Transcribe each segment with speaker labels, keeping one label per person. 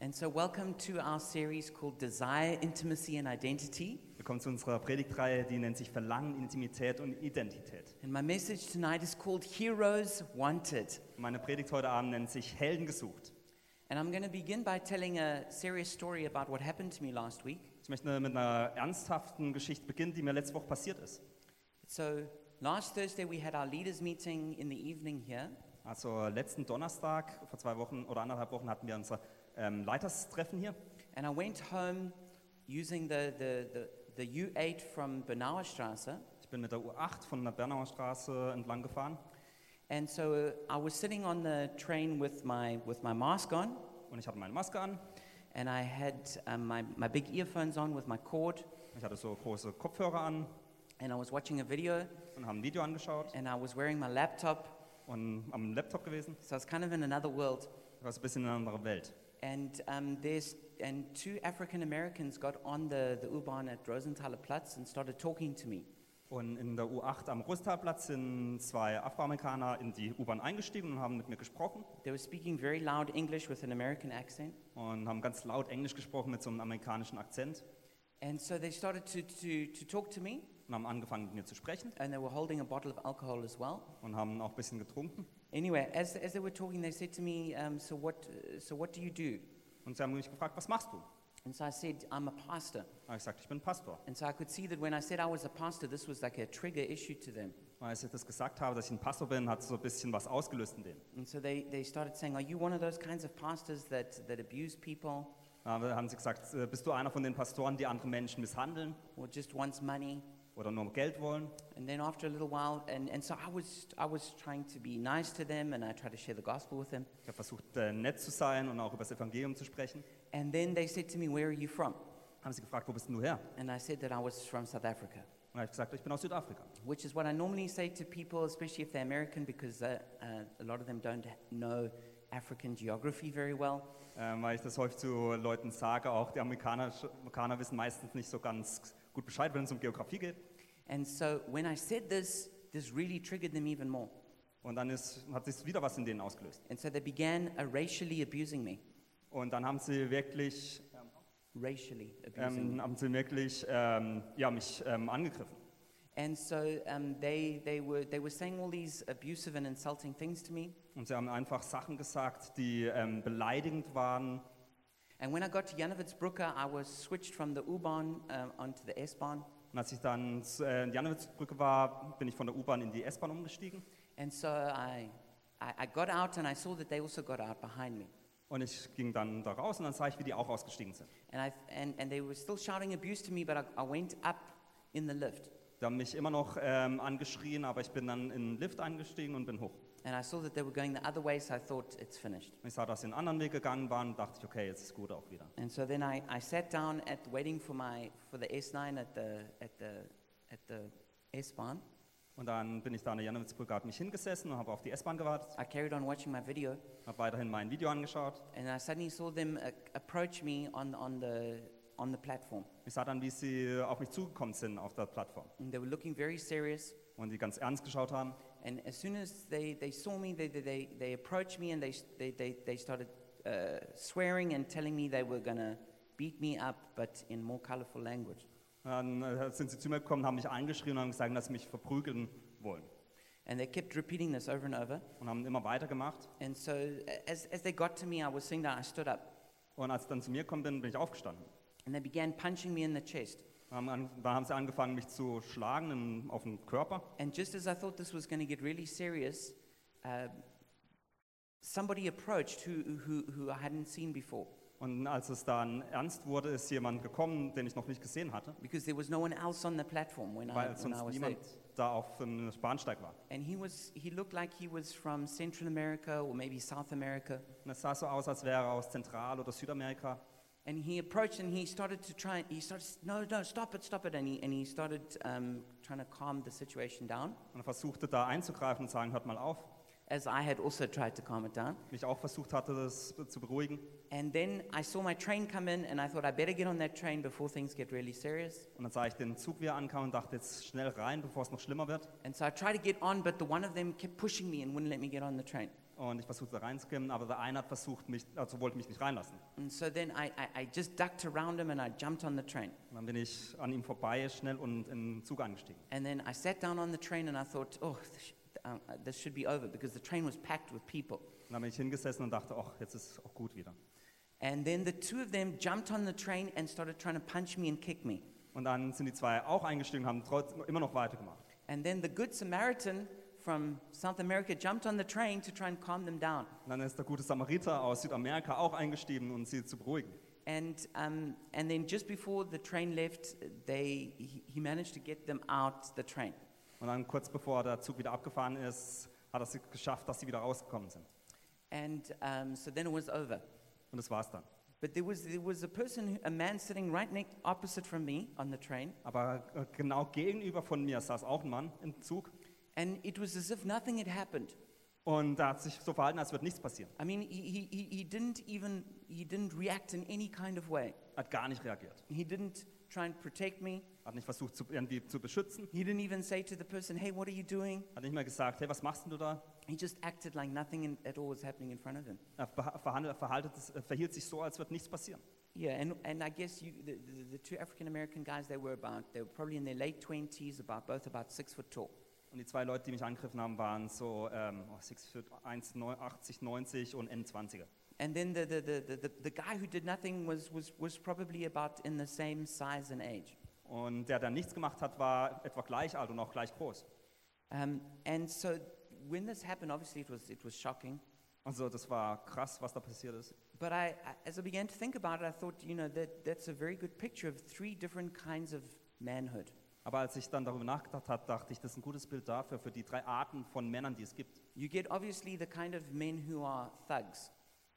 Speaker 1: And so, welcome to our series called Desire, Intimacy, and Identity.
Speaker 2: Willkommen zu unserer Predigtreihe, die nennt sich Verlangen, Intimität und Identität.
Speaker 1: And my message tonight is called Heroes Wanted.
Speaker 2: Meine Predigt heute Abend nennt sich Helden gesucht.
Speaker 1: And I'm going to begin by telling a serious story about what happened to me last week.
Speaker 2: Ich möchte mit einer ernsthaften Geschichte beginnen, die mir letzte Woche passiert ist.
Speaker 1: So, last Thursday, we had our leaders' meeting in the evening here.
Speaker 2: Also letzten Donnerstag, vor zwei Wochen oder anderthalb Wochen, hatten wir unser ähm, Leiterstreffen hier.
Speaker 1: And I went home using the, the, the, the U8 from Bernauerstrasse.
Speaker 2: Ich bin mit der U8 von der Bernauer Straße entlang gefahren
Speaker 1: And so, uh, I was sitting on the train with my, with my mask on,
Speaker 2: und ich hatte meine Maske an.
Speaker 1: and I had um, my, my big earphones on with my cord,
Speaker 2: Ich hatte so große Kopfhörer an
Speaker 1: and I was watching a video.
Speaker 2: und habe ein Video angeschaut
Speaker 1: and I was wearing my laptop,
Speaker 2: und am Laptop gewesen.
Speaker 1: so I was kind of in another world.
Speaker 2: Ich war so ein bisschen in einer anderen Welt.
Speaker 1: And um, there's and two African Americans got on the the U-Bahn at Rosenthaler Platz and started talking to me.
Speaker 2: Und in der U8 am Rusthalplatz sind zwei Afroamerikaner in die U-Bahn eingestiegen und haben mit mir gesprochen
Speaker 1: They were speaking very loud English with an American accent,
Speaker 2: und haben ganz laut Englisch gesprochen mit so einem amerikanischen Akzent
Speaker 1: and so they started to to to talk to me,
Speaker 2: und haben angefangen mit mir zu sprechen
Speaker 1: and they were holding a bottle of alcohol as well.
Speaker 2: und haben auch ein bisschen getrunken.
Speaker 1: Anyway, as as they were talking, they said to me, um, "So what? So what do you do?"
Speaker 2: Und sie haben mich gefragt, was machst du?
Speaker 1: And so I said, "I'm a pastor."
Speaker 2: Da habe ich gesagt, ich bin Pastor.
Speaker 1: And so I could see that when I said I was a pastor, this was like a trigger issue to them.
Speaker 2: Und als ich das gesagt habe, dass ich ein Pastor bin, hat so ein bisschen was ausgelöst in denen.
Speaker 1: And so they, they started saying, Are you one of those kinds of pastors that, that abuse people
Speaker 2: Da haben sie gesagt, äh, bist du einer von den Pastoren, die andere Menschen misshandeln
Speaker 1: or just wants money?
Speaker 2: oder nur Geld wollen?
Speaker 1: And then after a little while, and, and so I was, I was trying to be nice to them and I tried to share the gospel with them.
Speaker 2: Ich habe versucht, äh, nett zu sein und auch über das Evangelium zu sprechen.
Speaker 1: And then they said to me, Where are you from?
Speaker 2: Haben sie gefragt, wo bist denn du her?
Speaker 1: And I said that I was from South Africa,
Speaker 2: Und da habe ich gesagt, ich bin aus Südafrika.
Speaker 1: which is what I normally say to people, especially if they're American, because uh, uh, a lot of them don't know African geography very well.
Speaker 2: Ähm, weil ich das häufig zu Leuten sage, auch die Amerikaner, Amerikaner wissen meistens nicht so ganz gut Bescheid, wenn es um Geografie geht.
Speaker 1: And so when I said this, this really triggered them even more.
Speaker 2: Und dann ist, hat sich wieder was in denen ausgelöst.
Speaker 1: And so they began uh, racially abusing me.
Speaker 2: Und dann haben sie wirklich,
Speaker 1: racially abusing
Speaker 2: ähm,
Speaker 1: me.
Speaker 2: haben sie wirklich ähm, ja, mich ähm, angegriffen.
Speaker 1: And so um, they, they, were, they were saying all these abusive and insulting things to me.
Speaker 2: Und sie haben einfach Sachen gesagt, die ähm, beleidigend waren.
Speaker 1: And when I got to Janowitzbrücke, I was switched from the U-Bahn um, onto the S-Bahn.
Speaker 2: Und als ich dann äh, in Janowitzbrücke war, bin ich von der U-Bahn in die S-Bahn umgestiegen.
Speaker 1: And so I, I, I got out and I saw that they also got out behind me.
Speaker 2: Und ich ging dann da raus und dann sah ich, wie die auch ausgestiegen sind.
Speaker 1: And, I, and, and they were still shouting abuse to me, but I, I went up in the lift.
Speaker 2: Die haben mich immer noch ähm, angeschrien, aber ich bin dann in den Lift eingestiegen und bin hoch.
Speaker 1: And I saw that they were going the other way, so I thought, it's finished.
Speaker 2: Ich sah, dass sie einen anderen Weg gegangen waren und dachte ich, okay, jetzt ist gut auch wieder.
Speaker 1: And so then I, I sat down at waiting for, my, for the S9 at the, at the, at the S-Bahn.
Speaker 2: Und dann bin ich da an der Janowitzbrücke, habe mich hingesessen und habe auf die S-Bahn gewartet,
Speaker 1: I carried on watching my video,
Speaker 2: habe weiterhin mein Video angeschaut.
Speaker 1: and I suddenly saw them uh, approach me on, on, the, on the platform.
Speaker 2: Ich sah dann, wie sie auf mich zugekommen sind auf der Plattform
Speaker 1: And they were looking very serious.
Speaker 2: und die ganz ernst geschaut haben.
Speaker 1: And as soon as they, they saw me, they, they- they, they approached me and they, they, they, they started uh, swearing and telling me they were going to beat me up, but in more colorful language.
Speaker 2: Dann äh, sind sie zu mir gekommen, haben mich angeschrien und haben gesagt, dass sie mich verprügeln wollen.
Speaker 1: And they kept repeating this over and over.
Speaker 2: Und haben immer weitergemacht.
Speaker 1: And so a- as, as they got to me, I was sitting down, I stood up,
Speaker 2: Und als ich dann zu mir gekommen bin, bin ich aufgestanden.
Speaker 1: and they began punching me in the chest.
Speaker 2: Haben an, dann haben sie angefangen, mich zu schlagen im, auf den Körper.
Speaker 1: And just as I thought this was going to get really serious, uh, somebody approached who, who, who I hadn't seen before
Speaker 2: Und als es dann ernst wurde, ist jemand gekommen, den ich noch nicht gesehen hatte,
Speaker 1: because there was no one else on the platform when, I,
Speaker 2: weil
Speaker 1: when I
Speaker 2: sonst
Speaker 1: was
Speaker 2: niemand
Speaker 1: there.
Speaker 2: da auf dem Bahnsteig war.
Speaker 1: And he, was, he looked like he was from Central America or maybe South America.
Speaker 2: Und es sah so aus, als wäre er aus Zentral- oder Südamerika.
Speaker 1: And he approached and he started to try, he started, no, no, stop it, stop it. And he, and he started um, trying to calm the situation down,
Speaker 2: Und er versuchte da einzugreifen und zu sagen, hört mal auf.
Speaker 1: as I had also tried to calm it down.
Speaker 2: Mich auch versucht hatte, das zu beruhigen.
Speaker 1: And then I saw my train come in and I thought I better get on that train before things get really serious.
Speaker 2: Und dann sah ich den Zug, wie er ankam und dachte, jetzt schnell rein, bevor es noch schlimmer wird.
Speaker 1: And so I tried to get on, but the one of them kept pushing me and wouldn't let me get on the train.
Speaker 2: Und ich versuchte da reinzukommen, aber der eine hat versucht, mich, also wollte mich nicht reinlassen.
Speaker 1: And so then I, I, I just ducked around him and I jumped on the train.
Speaker 2: Und dann bin ich an ihm vorbei, schnell und in den Zug eingestiegen.
Speaker 1: And then I sat down on the train and I thought, oh, this, sh- um, uh, this should be over because the train was packed with people.
Speaker 2: Und dann bin ich hingesessen und dachte, ach, jetzt ist auch gut wieder.
Speaker 1: And then the two of them jumped on the train and started trying to punch me and kick me.
Speaker 2: Und dann sind die zwei auch eingestiegen und haben trotz, immer noch weitergemacht.
Speaker 1: And then the Good Samaritan from South America jumped on the train to try and calm them down.
Speaker 2: Und dann ist der gute Samariter aus Südamerika auch eingestiegen, um sie zu beruhigen.
Speaker 1: And, um, and then just before the train left, they, he, he managed to get them out the train.
Speaker 2: Und dann kurz bevor der Zug wieder abgefahren ist, hat er es geschafft, dass sie wieder rausgekommen sind.
Speaker 1: And um, so then it was over.
Speaker 2: Und das war's dann.
Speaker 1: But there was, there was a person, who- a man sitting right next, opposite from me on the train.
Speaker 2: Aber äh, genau gegenüber von mir saß auch ein Mann im Zug
Speaker 1: And it was as if nothing had happened.
Speaker 2: und er hat sich so verhalten, als würde nichts passieren.
Speaker 1: I mean, he, he- he, he didn't even, he didn't react in any kind of way.
Speaker 2: Hat gar nicht reagiert.
Speaker 1: He didn't try and protect me.
Speaker 2: Hat nicht versucht, zu, irgendwie zu beschützen.
Speaker 1: He didn't even say to the person, hey, what are you doing?
Speaker 2: Hat nicht mal gesagt, hey, was machst denn du da?
Speaker 1: He just acted like nothing in, at all was happening in front of him.
Speaker 2: Er verha- verhandelt, verhaltet, es- äh, verhielt sich so, als würde nichts passieren.
Speaker 1: Yeah, and, and I guess you, the, the, the two African American guys they were about, they were probably in their late 20s, about both about six foot tall.
Speaker 2: Und die zwei Leute, die mich angegriffen haben, waren so ähm, oh, 6 Foot 1, 80, 90 und N20er.
Speaker 1: And then the, the, the, the, the, the guy who did nothing was, was, was probably about in the same size and age.
Speaker 2: Und der, der nichts gemacht hat, war etwa gleich alt und auch gleich groß.
Speaker 1: Um, and so when this happened, obviously it was, it was shocking.
Speaker 2: Also das war krass, was da passiert ist.
Speaker 1: But I, I, as I began to think about it, I thought, you know, that, that's a very good picture of three different kinds of manhood.
Speaker 2: Aber als ich dann darüber nachgedacht habe, dachte ich, das ist ein gutes Bild dafür, für die drei Arten von Männern, die es gibt.
Speaker 1: You get obviously the kind of men who are thugs.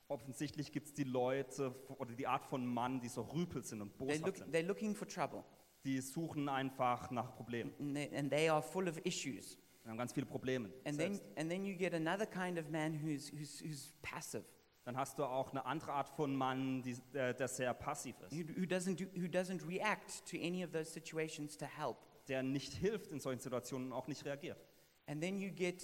Speaker 2: Offensichtlich gibt es die Leute oder die Art von Mann, die so Rüpel sind und
Speaker 1: They
Speaker 2: boshaft
Speaker 1: look,
Speaker 2: sind.
Speaker 1: they're looking for trouble,
Speaker 2: Die suchen einfach nach Problemen.
Speaker 1: and they, and they are full of issues.
Speaker 2: Die haben ganz viele Probleme.
Speaker 1: And then,
Speaker 2: selbst.
Speaker 1: and then you get another kind of man who's, who's, who's passive,
Speaker 2: Dann hast du auch eine andere Art von Mann, die, der, der sehr passiv
Speaker 1: who,
Speaker 2: ist,
Speaker 1: who, doesn't do, who doesn't react to any of those situations to help.
Speaker 2: der nicht hilft in solchen Situationen und auch nicht reagiert.
Speaker 1: And then you get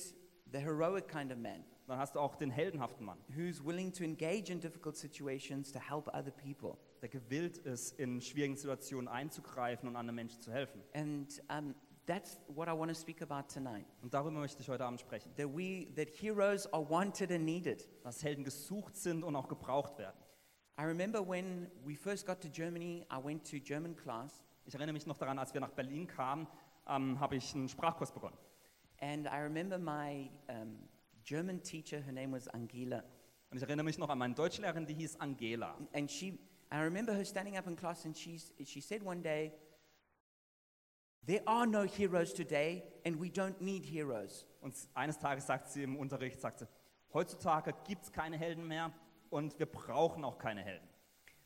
Speaker 1: the heroic kind of man
Speaker 2: Dann hast du auch den heldenhaften Mann,
Speaker 1: who's willing to engage in difficult situations to help other people.
Speaker 2: der gewillt ist, in schwierigen Situationen einzugreifen und anderen Menschen zu helfen.
Speaker 1: And um, that's what I want to speak about tonight
Speaker 2: Und darüber möchte ich heute Abend sprechen,
Speaker 1: that, we, that heroes are wanted and needed.
Speaker 2: dass Helden gesucht sind und auch gebraucht werden.
Speaker 1: I remember when we first got to Germany, I went to German class,
Speaker 2: Ich erinnere mich noch daran, als wir nach Berlin kamen, ähm, habe ich einen Sprachkurs begonnen.
Speaker 1: and I remember my um, German teacher, her name was Angela.
Speaker 2: Und ich erinnere mich noch an meine Deutschlehrerin, die hieß Angela.
Speaker 1: And she, I remember her standing up in class and she, s- she said one day, There are no heroes today and we don't need heroes.
Speaker 2: Und eines Tages sagt sie im Unterricht, sagt sie, heutzutage gibt es keine Helden mehr und wir brauchen auch keine Helden.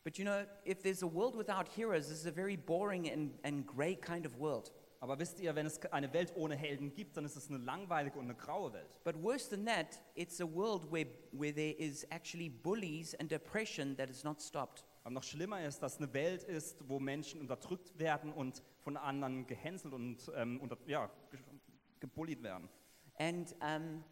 Speaker 1: But you know, if there's a world without heroes, this is a very boring and, and grey kind of world.
Speaker 2: Aber wisst ihr, wenn es eine Welt ohne Helden gibt, dann ist es eine langweilige und eine graue Welt.
Speaker 1: But worse than that, it's a world where, where there is actually bullies and depression that is not stopped.
Speaker 2: Aber noch schlimmer ist, dass eine Welt ist, wo Menschen unterdrückt werden und von anderen gehänselt und ähm, unter, ja, ge- gebullied werden.
Speaker 1: And um,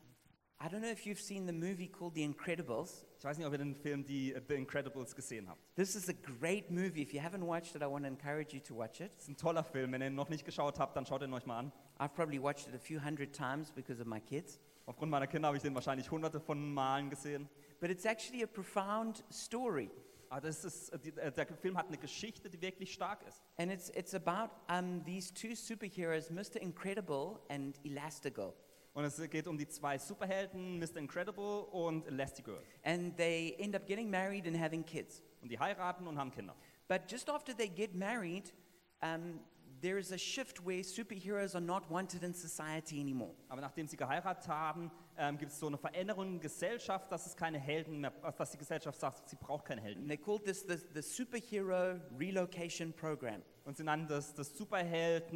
Speaker 1: I don't know if you've seen the movie called The Incredibles.
Speaker 2: Ich weiß nicht, ob ihr den Film die, äh, The Incredibles gesehen habt.
Speaker 1: This is a great movie. If you haven't watched it, I want to encourage you to watch it.
Speaker 2: Das ist ein toller Film. Wenn ihr ihn noch nicht geschaut habt, dann schaut ihn euch mal an.
Speaker 1: I've probably watched it a few hundred times because of my kids.
Speaker 2: Aufgrund meiner Kinder habe ich den wahrscheinlich hunderte von Malen gesehen.
Speaker 1: But it's actually a profound story.
Speaker 2: Aber das ist, äh, die, äh, der Film hat eine Geschichte, die wirklich stark ist.
Speaker 1: And it's, it's about um, these two superheroes, Mr. Incredible and Elastigirl.
Speaker 2: Und es geht um die zwei Superhelden, Mr. Incredible und Elastigirl.
Speaker 1: And they end up getting married and having kids.
Speaker 2: Und die heiraten und haben Kinder.
Speaker 1: But just after they get married, um, there is a shift where superheroes are not wanted in society anymore.
Speaker 2: Aber nachdem sie geheiratet haben, ähm, gibt es so eine Veränderung in der Gesellschaft, dass es keine Helden mehr, also dass die Gesellschaft sagt, sie braucht keine Helden.
Speaker 1: And they called this the, the superhero relocation program,
Speaker 2: Und sie nannten das das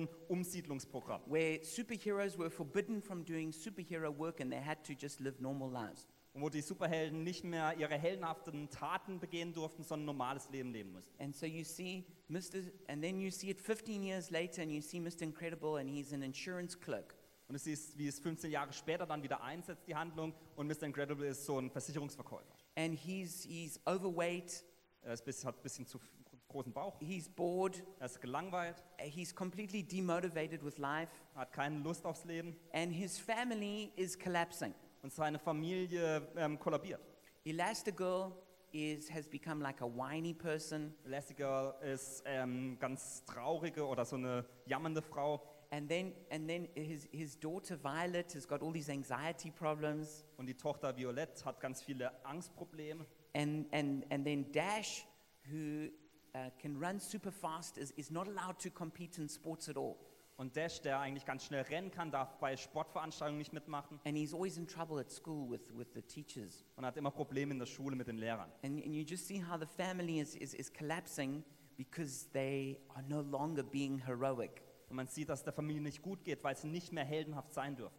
Speaker 2: Superhelden-Umsiedlungsprogramm,
Speaker 1: where superheroes were forbidden from doing superhero work and they had to just live normal lives.
Speaker 2: wo die Superhelden nicht mehr ihre heldenhaften Taten begehen durften, sondern ein normales Leben leben mussten.
Speaker 1: And so you see Mr. And then you see it 15 years later, and you see Mr. Incredible, and he's an insurance clerk.
Speaker 2: Und du siehst, wie es 15 Jahre später dann wieder einsetzt, die Handlung. Und Mr. Incredible ist so ein Versicherungsverkäufer.
Speaker 1: and he's, he's overweight,
Speaker 2: Er ist bis, hat ein bisschen zu f- großen Bauch,
Speaker 1: he's bored,
Speaker 2: er ist gelangweilt,
Speaker 1: uh, he's completely demotivated with life,
Speaker 2: hat keine Lust aufs Leben
Speaker 1: and his family is collapsing.
Speaker 2: und seine Familie ähm, kollabiert.
Speaker 1: Elastigirl is, has become like a whiny person,
Speaker 2: Lassiger ist ähm, ganz traurige oder so eine jammernde Frau.
Speaker 1: and then, and then his, his daughter Violet has got all these anxiety problems,
Speaker 2: Und die Tochter Violette hat ganz viele Angstprobleme.
Speaker 1: and, and, and then Dash, who uh, can run super fast, is, is not allowed to compete in sports at all.
Speaker 2: Und Dash, der eigentlich ganz schnell rennen kann, darf bei Sportveranstaltungen nicht mitmachen
Speaker 1: And he's always in trouble at school with, with the teachers.
Speaker 2: und hat immer Probleme in der Schule mit den Lehrern.
Speaker 1: And, and you just see how the family is, is, is collapsing because they are no longer being heroic.
Speaker 2: Und man sieht, dass es der Familie nicht gut geht, weil sie nicht mehr heldenhaft sein dürfen.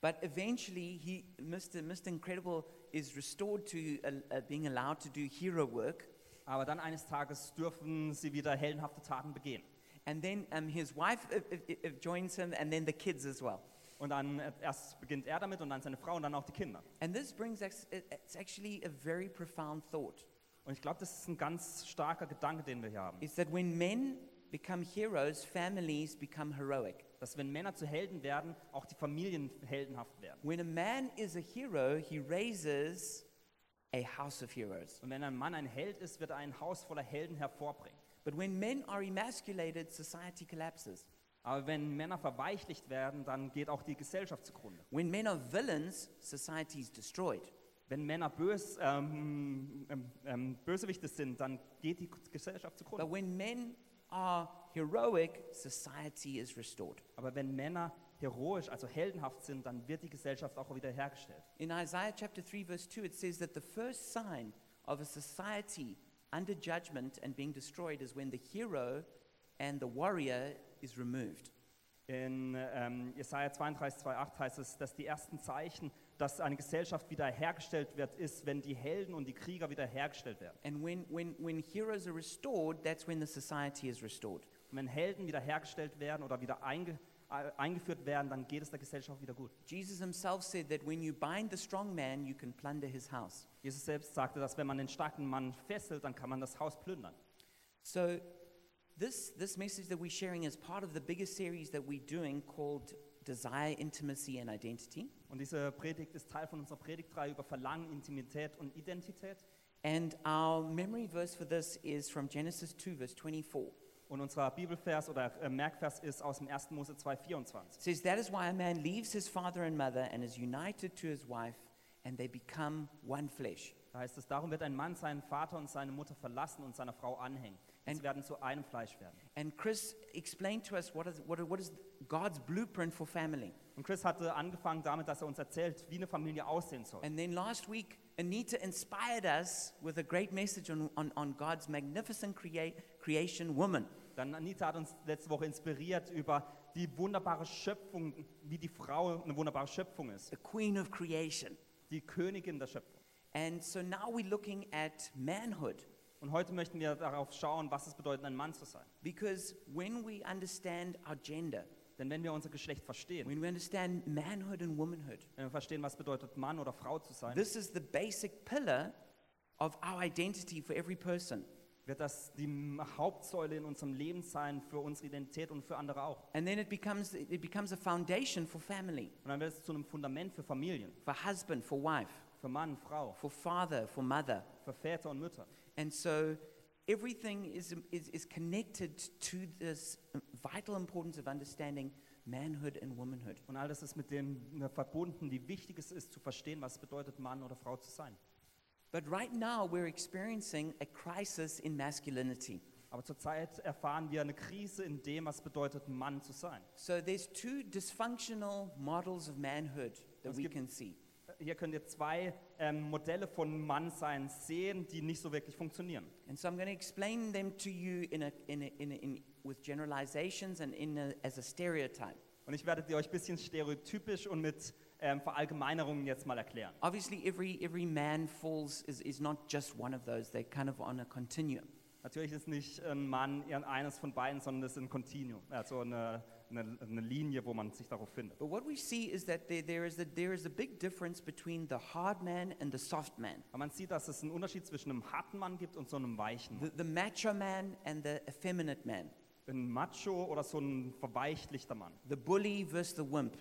Speaker 1: But eventually, he, Mr. Mr. Incredible is restored to uh, uh, being allowed to do hero work.
Speaker 2: Aber dann eines Tages dürfen sie wieder heldenhafte Taten begehen.
Speaker 1: And then um, his wife uh, uh, uh, joins him, and then the kids as well.
Speaker 2: Und dann äh, erst beginnt er damit und dann seine Frau und dann auch die Kinder.
Speaker 1: And this brings us, it- it's actually a very profound thought
Speaker 2: Und ich glaube, das ist ein ganz starker Gedanke, den wir hier haben.
Speaker 1: is that when men become heroes, families become heroic.
Speaker 2: Dass wenn Männer zu Helden werden, auch die Familien heldenhaft werden.
Speaker 1: When a man is a hero, he raises a house of heroes.
Speaker 2: Und wenn ein Mann ein Held ist, wird er ein Haus voller Helden hervorbringen.
Speaker 1: But when men are emasculated, society collapses.
Speaker 2: Aber wenn Männer verweichlicht werden, dann geht auch die Gesellschaft zugrunde.
Speaker 1: When men are villains, society is destroyed.
Speaker 2: Wenn Männer bös, ähm, ähm, ähm, Bösewichte sind, dann geht die Gesellschaft
Speaker 1: But
Speaker 2: zugrunde.
Speaker 1: when men are heroic, society is restored.
Speaker 2: Aber wenn Männer heroisch, also heldenhaft sind, dann wird die Gesellschaft auch wieder hergestellt.
Speaker 1: In Isaiah chapter 3, verse 2, it says that the first sign of a society under judgment and being destroyed is when the hero and the warrior is removed.
Speaker 2: In ähm, Jesaja 32, 2,8 heißt es, dass die ersten Zeichen, dass eine Gesellschaft wieder hergestellt wird, ist, wenn die Helden und die Krieger wieder hergestellt werden.
Speaker 1: And when, when, when heroes are restored, that's when the society is restored.
Speaker 2: Und wenn Helden wieder hergestellt werden oder wieder einge, äh, eingeführt werden, dann geht es der Gesellschaft wieder gut.
Speaker 1: Jesus himself said that when you bind the strong man, you can plunder his house.
Speaker 2: Jesus selbst sagte, dass wenn man den starken Mann fesselt, dann kann man das Haus plündern.
Speaker 1: So, this, this message that we're sharing is part of the bigger series that we're doing called Desire, Intimacy, and Identity.
Speaker 2: Und diese Predigt ist Teil von unserer Predigtreihe über Verlangen, Intimität und Identität.
Speaker 1: And our memory verse for this is from Genesis 2, verse 24.
Speaker 2: Und unser Bibelvers oder äh, Merkvers ist aus dem 1. Mose 2, 24.
Speaker 1: It says, That is why a man leaves his father and mother and is united to his wife, and they become one flesh.
Speaker 2: Da heißt es, darum wird ein Mann seinen Vater und seine Mutter verlassen und seiner Frau anhängen. Und
Speaker 1: Ein-
Speaker 2: sie werden zu einem Fleisch werden.
Speaker 1: And Chris explained to us what is, what, what is God's blueprint for family.
Speaker 2: Und Chris hatte angefangen damit, dass er uns erzählt, wie eine Familie aussehen soll.
Speaker 1: And then last week, Anita inspired us with a great message on, on, on God's magnificent crea- creation, woman.
Speaker 2: Dann Anita hat uns letzte Woche inspiriert über die wunderbare Schöpfung, wie die Frau eine wunderbare Schöpfung ist,
Speaker 1: the queen of creation.
Speaker 2: die Königin der Schöpfung.
Speaker 1: And so now we're looking at manhood
Speaker 2: Und heute möchten wir darauf schauen, was es bedeutet, ein Mann zu sein.
Speaker 1: because when we understand our gender,
Speaker 2: Denn wenn wir unser Geschlecht verstehen,
Speaker 1: when we understand manhood and womanhood,
Speaker 2: wenn wir verstehen, was bedeutet, Mann oder Frau zu sein,
Speaker 1: this is the basic pillar of our identity for every person.
Speaker 2: wird das die M- Hauptsäule in unserem Leben sein für unsere Identität und für andere auch.
Speaker 1: And then it becomes, it becomes a foundation for family,
Speaker 2: Und dann wird es zu einem Fundament für Familien,
Speaker 1: for husband, for wife,
Speaker 2: für Mann, Frau,
Speaker 1: for father, for mother.
Speaker 2: für Väter und Mütter.
Speaker 1: And so everything is, is, is connected to this vital importance of understanding manhood and womanhood.
Speaker 2: Und all das ist mit dem äh, verbunden, wie wichtig es ist, zu verstehen, was es bedeutet, Mann oder Frau zu sein.
Speaker 1: But right now, we're experiencing a crisis in masculinity.
Speaker 2: Aber zurzeit erfahren wir eine Krise in dem, was es bedeutet, Mann zu sein.
Speaker 1: So there's two dysfunctional models of manhood that
Speaker 2: Es
Speaker 1: we
Speaker 2: gibt-
Speaker 1: can see.
Speaker 2: Hier könnt ihr zwei ähm, Modelle von Mannsein sehen, die nicht so wirklich funktionieren.
Speaker 1: And so I'm going to explain them to you in a, in a, in a, in, with generalizations and in a, as a stereotype.
Speaker 2: Und ich werde die euch ein bisschen stereotypisch und mit ähm, Verallgemeinerungen jetzt mal erklären.
Speaker 1: Obviously, every, every man falls is, is not just one of those. They're kind of on a continuum.
Speaker 2: Natürlich ist nicht ein Mann eher eines von beiden, sondern es ist ein Continuum, also eine, eine, eine Linie, wo man sich darauf findet.
Speaker 1: But what we see is that there, there, is a, there is a big difference between the hard man and the soft man,
Speaker 2: Aber man sieht, dass es einen Unterschied zwischen einem harten Mann gibt und so einem weichen. Mann.
Speaker 1: the, the macho man and the effeminate man,
Speaker 2: Ein Macho oder so ein verweichlichter Mann.
Speaker 1: the bully versus the wimp,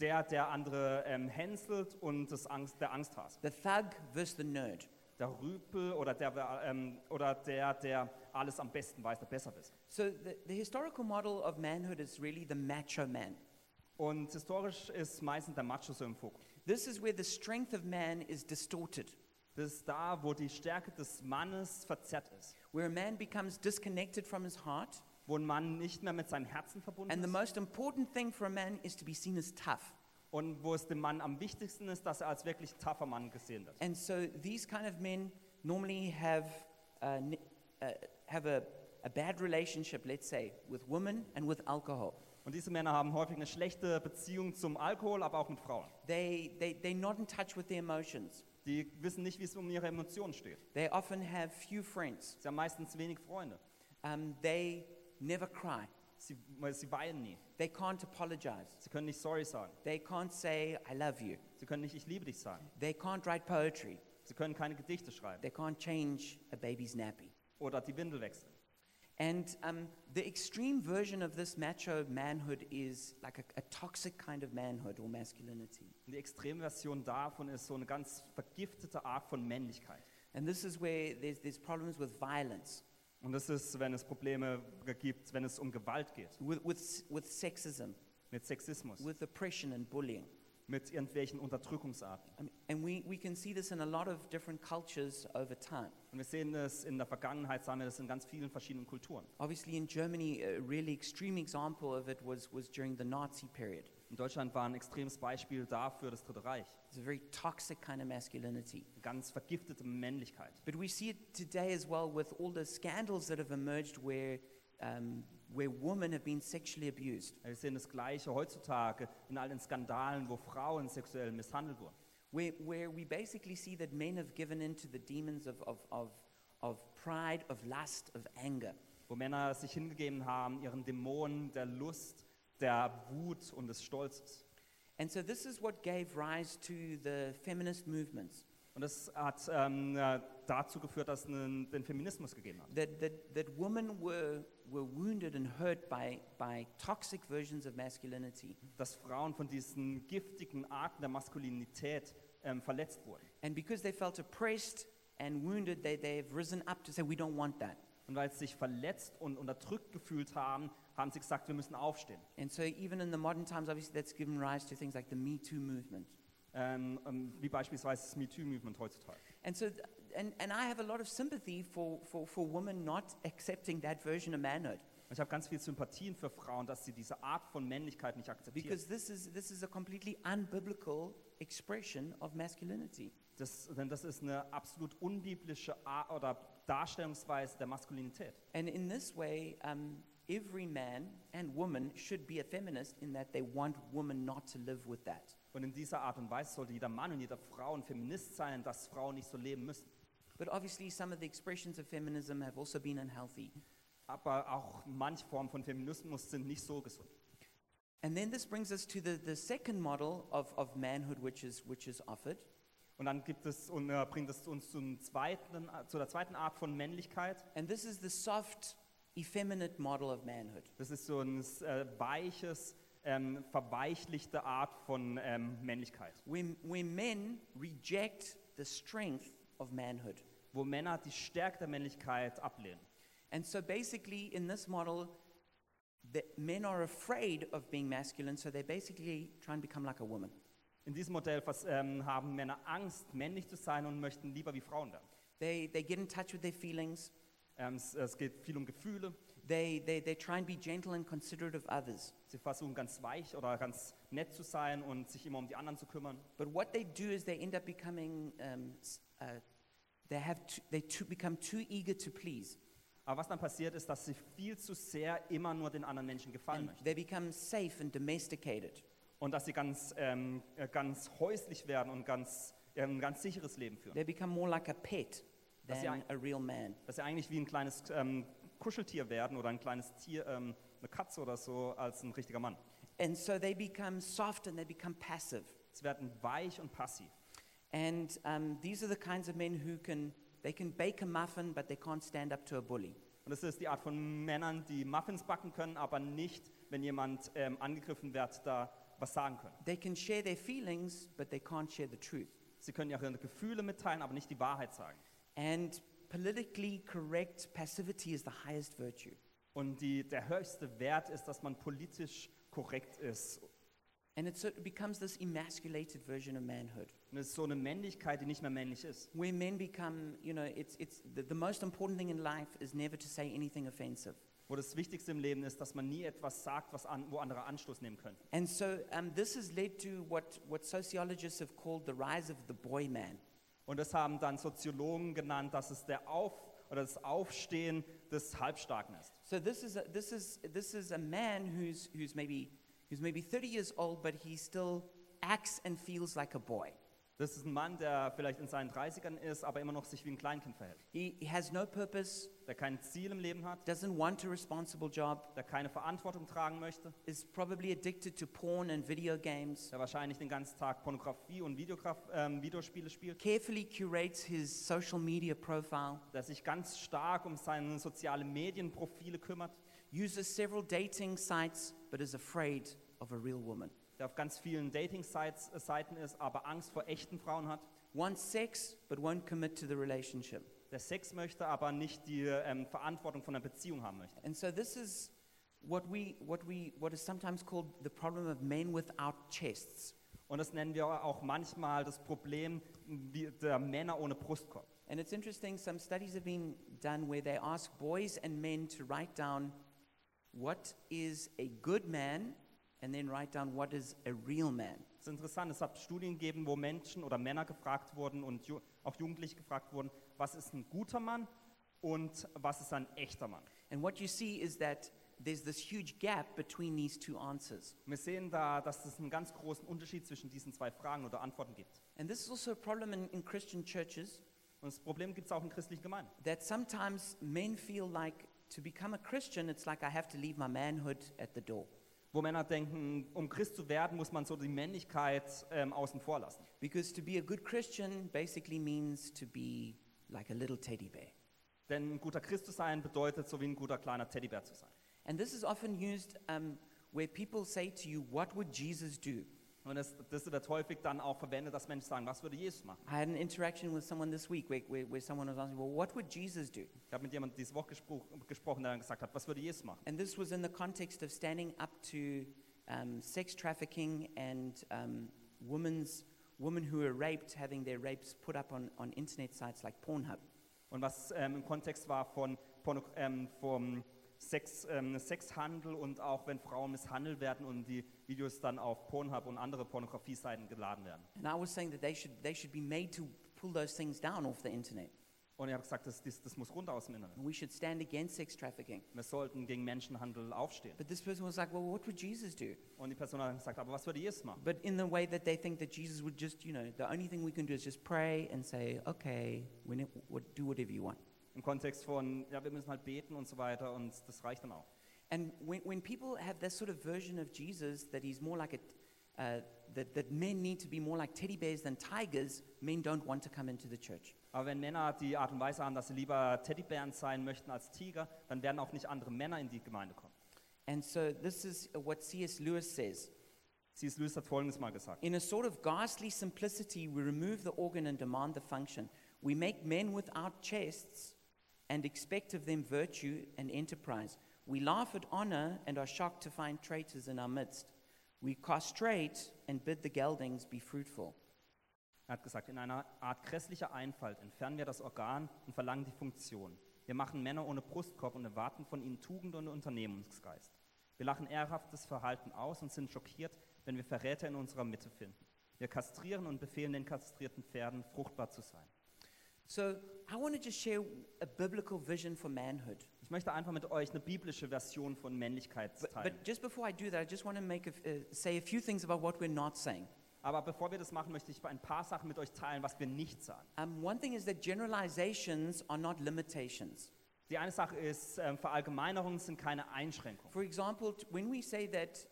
Speaker 2: Der, der andere ähm, hänselt und das Angst, der Angst hat.
Speaker 1: the thug versus the nerd.
Speaker 2: Der Rüpel oder der, wer, ähm, oder der, der alles am besten weiß, der besser ist.
Speaker 1: So the, the historical model of manhood is really the macho man.
Speaker 2: Und historisch ist meistens der Macho so im Fokus.
Speaker 1: This is where the strength of man is distorted,
Speaker 2: Das ist da, wo die Stärke des Mannes verzerrt ist.
Speaker 1: where a man becomes disconnected from his heart,
Speaker 2: Wo ein Mann nicht mehr mit seinem Herzen verbunden
Speaker 1: and the
Speaker 2: ist.
Speaker 1: most important thing for a man is to be seen as tough.
Speaker 2: Und wo es dem Mann am wichtigsten ist, dass er als wirklich taffer Mann gesehen wird.
Speaker 1: And so these kind of men normally have, uh, ne- uh, have a, a bad relationship, let's say, with women and with alcohol.
Speaker 2: Und diese Männer haben häufig eine schlechte Beziehung zum Alkohol, aber auch mit Frauen.
Speaker 1: They, they, they're not in touch with their emotions.
Speaker 2: Die wissen nicht, wie es um ihre Emotionen steht.
Speaker 1: They often have few friends.
Speaker 2: Sie haben meistens wenig Freunde.
Speaker 1: Um, they never cry.
Speaker 2: Sie, sie weinen nie.
Speaker 1: They can't apologize.
Speaker 2: Sie können nicht sorry sagen.
Speaker 1: They can't say, I love you.
Speaker 2: Sie können nicht ich liebe dich sagen.
Speaker 1: They can't write poetry.
Speaker 2: Sie können keine Gedichte schreiben
Speaker 1: They can't change a baby's nappy.
Speaker 2: oder die Windel wechseln.
Speaker 1: And um, the extreme version of this macho manhood is like a, a toxic kind of manhood or masculinity.
Speaker 2: Und die Extremversion davon ist so eine ganz vergiftete Art von Männlichkeit.
Speaker 1: And this is where there's, there's problems with violence,
Speaker 2: Und das ist, wenn es Probleme gibt, wenn es um Gewalt geht,
Speaker 1: with, with, s- with sexism,
Speaker 2: mit Sexismus,
Speaker 1: with oppression and bullying.
Speaker 2: mit irgendwelchen Unterdrückungsarten.
Speaker 1: I mean, and we, we can see this in a lot of different cultures over time.
Speaker 2: Und wir sehen das in der Vergangenheit, sahen wir das in ganz vielen verschiedenen Kulturen.
Speaker 1: Obviously, in Germany, a really extreme example of it was, was during the Nazi period.
Speaker 2: In Deutschland war ein extremes Beispiel dafür das Dritte Reich.
Speaker 1: It's a very toxic kind of masculinity.
Speaker 2: Eine ganz vergiftete Männlichkeit.
Speaker 1: But we see it today as well with all the scandals that have emerged where, um, where women have been sexually abused,
Speaker 2: Wir sehen das Gleiche heutzutage in all den Skandalen, wo Frauen sexuell misshandelt wurden.
Speaker 1: where, where we basically see that men have given in to the demons of, of, of, of pride, of lust, of anger.
Speaker 2: Wo Männer sich hingegeben haben, ihren Dämonen der Lust, der Wut und des Stolzes.
Speaker 1: And so this is what gave rise to the feminist movements
Speaker 2: Und das hat ähm, äh, dazu geführt, dass es einen, den Feminismus gegeben hat.
Speaker 1: that, that, that women were, were wounded and hurt by, by toxic versions of masculinity.
Speaker 2: Dass Frauen von diesen giftigen Arten der Maskulinität ähm, verletzt wurden.
Speaker 1: And because they felt oppressed and wounded, they, they have risen up to say, we don't want that.
Speaker 2: Und weil sie sich verletzt und unterdrückt gefühlt haben, haben sie gesagt, wir müssen aufstehen.
Speaker 1: And so, even in the modern times, obviously, that's given rise to things like the Me Too movement.
Speaker 2: Ähm, ähm, wie beispielsweise das MeToo-Movement heutzutage.
Speaker 1: And so, th- and, and I have a lot of sympathy for, for, for women not accepting that version of manhood
Speaker 2: Und ich habe ganz viel Sympathien für Frauen, dass sie diese Art von Männlichkeit nicht akzeptieren.
Speaker 1: because this is, this is a completely unbiblical expression of masculinity.
Speaker 2: das, denn das ist eine absolut unbiblische Art oder Darstellungsweise der Maskulinität.
Speaker 1: And in this way, um, every man and woman should be a feminist in that they want women not to live with that.
Speaker 2: Und in dieser Art und Weise sollte jeder Mann und jeder Frau ein Feminist sein, dass Frauen nicht so leben müssen.
Speaker 1: But obviously, some of the expressions of feminism have also been unhealthy.
Speaker 2: Aber auch manche Formen von Feminismus sind nicht so gesund.
Speaker 1: And then this brings us to the, the second model of, of manhood, which is, which is offered,
Speaker 2: Und dann gibt es und äh, bringt es uns zum zweiten, zu der zweiten Art von Männlichkeit.
Speaker 1: And this is the soft, effeminate model of manhood.
Speaker 2: Das ist so ein äh, weiches, ähm, verweichlichte Art von ähm, Männlichkeit.
Speaker 1: When, when men reject the strength of manhood.
Speaker 2: wo Männer die Stärke der Männlichkeit ablehnen.
Speaker 1: And so basically, in this model, the men are afraid of being masculine, so they basically try and become like a woman.
Speaker 2: In diesem Modell vers- ähm, haben Männer Angst, männlich zu sein und möchten lieber wie Frauen werden.
Speaker 1: They, they get in touch with their feelings,
Speaker 2: Ähm, es, es geht viel um Gefühle.
Speaker 1: they, they, they try and be gentle and considerate of others.
Speaker 2: Sie versuchen ganz weich oder ganz nett zu sein und sich immer um die anderen zu kümmern.
Speaker 1: But what they do is they end up becoming, um, s- uh, they, have to, they too become too eager to please.
Speaker 2: Aber was dann passiert ist, dass sie viel zu sehr immer nur den anderen Menschen gefallen
Speaker 1: And
Speaker 2: möchten.
Speaker 1: they become safe and domesticated.
Speaker 2: Und dass sie ganz, ähm, äh, ganz häuslich werden und ganz, äh, ein ganz sicheres Leben führen.
Speaker 1: They become more like a pet
Speaker 2: That's
Speaker 1: than
Speaker 2: the
Speaker 1: a real man.
Speaker 2: Dass sie eigentlich wie ein kleines ähm, Kuscheltier werden oder ein kleines Tier, ähm, eine Katze oder so als ein richtiger Mann.
Speaker 1: And so they become soft and they become passive.
Speaker 2: Sie werden weich und passiv.
Speaker 1: And um, these are the kinds of men who can, they can bake a muffin, but they can't stand up to a bully.
Speaker 2: Und das ist die Art von Männern, die Muffins backen können, aber nicht, wenn jemand ähm, angegriffen wird, da was sagen können.
Speaker 1: They can share their feelings, but they can't share the truth.
Speaker 2: Sie können ihre Gefühle mitteilen, aber nicht die Wahrheit sagen.
Speaker 1: And politically correct passivity is the highest virtue.
Speaker 2: Und die, der höchste Wert ist, dass man politisch korrekt ist.
Speaker 1: And it sort of becomes this emasculated version of manhood,
Speaker 2: Und es ist so eine Männlichkeit, die nicht mehr männlich ist.
Speaker 1: where men become, you know, it's, it's the, the most important thing in life is never to say anything offensive.
Speaker 2: Wo das Wichtigste im Leben ist, dass man nie etwas sagt, was an, wo andere Anstoß nehmen können.
Speaker 1: And so um, this has led to what, what sociologists have called the rise of the boy man.
Speaker 2: Und das haben dann Soziologen genannt, dass es der Auf oder das Aufstehen des Halbstarken ist.
Speaker 1: So this is a, this is this is a man who's who's maybe who's maybe 30 years old, but he still acts and feels like a boy.
Speaker 2: Das ist ein Mann, der vielleicht in seinen 30ern ist, aber immer noch sich wie ein Kleinkind verhält.
Speaker 1: He, he has no purpose,
Speaker 2: Der kein Ziel im Leben hat,
Speaker 1: doesn't want a responsible job,
Speaker 2: der keine Verantwortung tragen möchte,
Speaker 1: is probably addicted to porn and video games,
Speaker 2: der wahrscheinlich den ganzen Tag Pornografie und Videograf ähm, Videospiele spielt,
Speaker 1: carefully curates his social media profile,
Speaker 2: der sich ganz stark um seine sozialen Medienprofile kümmert,
Speaker 1: uses several dating sites, but is afraid of a real woman.
Speaker 2: der auf ganz vielen Dating-Sites äh, Seiten ist, aber Angst vor echten Frauen hat,
Speaker 1: Wants sex, but won't commit to the relationship.
Speaker 2: der Sex möchte, aber nicht die ähm, Verantwortung von einer Beziehung haben möchte.
Speaker 1: And so this is what we what we what is sometimes called the problem of men without chests.
Speaker 2: Und das nennen wir auch manchmal das Problem wie- der Männer ohne Brustkorb.
Speaker 1: And it's interesting, some studies have been done where they ask boys and men to write down what is a good man and then write down what is a real man.
Speaker 2: Das ist interessant, es hat Studien gegeben, wo Menschen oder Männer gefragt wurden und ju auch Jugendliche gefragt wurden, was ist ein guter Mann und was ist ein echter Mann.
Speaker 1: And what you see is that there's this huge gap between these two answers.
Speaker 2: Und wir sehen da, dass es einen ganz großen Unterschied zwischen diesen zwei Fragen oder Antworten gibt.
Speaker 1: And this is also a problem in, in Christian churches
Speaker 2: Und das Problem gibt es auch in christlichen Gemeinden.
Speaker 1: that sometimes men feel like to become a Christian, it's like I have to leave my manhood at the door.
Speaker 2: Wo Männer denken, um Christ zu werden, muss man so die Männlichkeit ähm, außen vor lassen.
Speaker 1: Because to be a good Christian basically means to be like a little teddy bear.
Speaker 2: Denn ein guter Christ zu sein bedeutet, so wie ein guter kleiner Teddybär zu sein.
Speaker 1: And this is often used um, where people say to you, What would Jesus do?
Speaker 2: Und das, das wird häufig dann auch verwendet, dass Menschen sagen, was würde Jesus machen?
Speaker 1: I had an interaction with someone this week where, where, where someone was asking, Well, what would Jesus do?
Speaker 2: Ich habe mit jemandem diese Woche gespro gesprochen, der dann gesagt hat, was würde Jesus machen?
Speaker 1: And this was in the context of standing up to um, sex trafficking and um, women's, women who were raped having their rapes put up on, on internet sites like Pornhub.
Speaker 2: Und was ähm, im Kontext war von Porno ähm, vom Sex, ähm, Sexhandel und auch wenn Frauen misshandelt werden und die Videos dann auf Pornhub und andere Pornografie-Seiten geladen werden.
Speaker 1: And I was saying that they should, they should be made to pull those things down off the internet.
Speaker 2: Und ich habe gesagt, das, das, das muss runter aus dem Inneren.
Speaker 1: And we should stand against sex trafficking.
Speaker 2: Wir sollten gegen Menschenhandel aufstehen.
Speaker 1: But this person was like, Well, what would Jesus do?
Speaker 2: Und die Person hat dann gesagt, aber was würde Jesus machen?
Speaker 1: But in the way that they think that Jesus would just, you know, the only thing we can do is just pray and say, okay, when it, what, do whatever you want.
Speaker 2: Im Kontext von, ja, wir müssen halt beten und so weiter und das reicht dann auch.
Speaker 1: And when, when people have this sort of version of Jesus that he's more like a, uh, that, that men need to be more like teddy bears than tigers, men don't want to come into the church.
Speaker 2: Aber wenn Männer die Art und Weise haben, dass sie lieber Teddybären sein möchten als Tiger, dann werden auch nicht andere Männer in die Gemeinde kommen.
Speaker 1: And so this is what C.S. Lewis says.
Speaker 2: C.S. Lewis hat Folgendes mal gesagt.
Speaker 1: In a sort of ghastly simplicity, we remove the organ and demand the function. We make men without chests and expect of them virtue and enterprise. We laugh at honor and are shocked to find traitors in our midst. We castrate and bid the geldings be fruitful.
Speaker 2: Er hat gesagt, in einer Art grässlicher Einfalt entfernen wir das Organ und verlangen die Funktion. Wir machen Männer ohne Brustkorb und erwarten von ihnen Tugend und Unternehmungsgeist. Wir lachen ehrhaftes Verhalten aus und sind schockiert, wenn wir Verräter in unserer Mitte finden. Wir kastrieren und befehlen den kastrierten Pferden, fruchtbar zu sein.
Speaker 1: So, I want to just share a biblical vision for manhood.
Speaker 2: Ich möchte einfach mit euch eine biblische Version von Männlichkeit
Speaker 1: But,
Speaker 2: teilen.
Speaker 1: but just before I do that, I just want to make a, f- uh, say a few things about what we're not saying.
Speaker 2: Aber bevor wir das machen, möchte ich ein paar Sachen mit euch teilen, was wir nicht sagen.
Speaker 1: Um, one thing is that generalizations are not limitations.
Speaker 2: Die eine Sache ist, ähm, Verallgemeinerungen sind keine Einschränkung.
Speaker 1: For example, t- when we say that,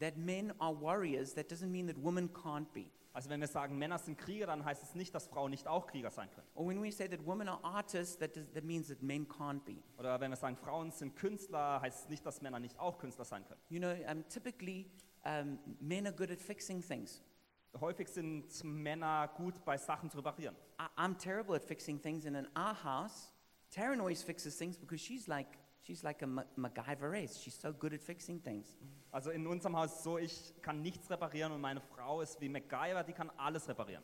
Speaker 1: that men are warriors, that doesn't mean that women can't be.
Speaker 2: Also wenn wir sagen, Männer sind Krieger, dann heißt es nicht, dass Frauen nicht auch Krieger sein können.
Speaker 1: Or when we say that women are artists, that, does, that means that men can't be.
Speaker 2: Oder wenn wir sagen, Frauen sind Künstler, heißt es nicht, dass Männer nicht auch Künstler sein können.
Speaker 1: You know, um, typically, um, men are good at fixing things.
Speaker 2: Häufig sind Männer gut bei Sachen zu reparieren.
Speaker 1: I, I'm terrible at fixing things, and in our house, Taryn always fixes things because she's like, she's like a Ma- MacGyveress. She's so good at fixing things.
Speaker 2: Also in unserem Haus ist es so, ich kann nichts reparieren und meine Frau ist wie MacGyver, die kann alles reparieren.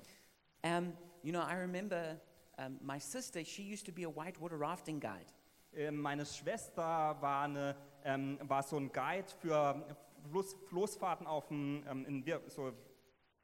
Speaker 1: Um, you know, I remember um, my sister, she used to be a whitewater rafting guide.
Speaker 2: Ähm, Meine Schwester war, eine, ähm, war so ein Guide für Fluss, Floßfahrten auf dem, ähm, in Wir so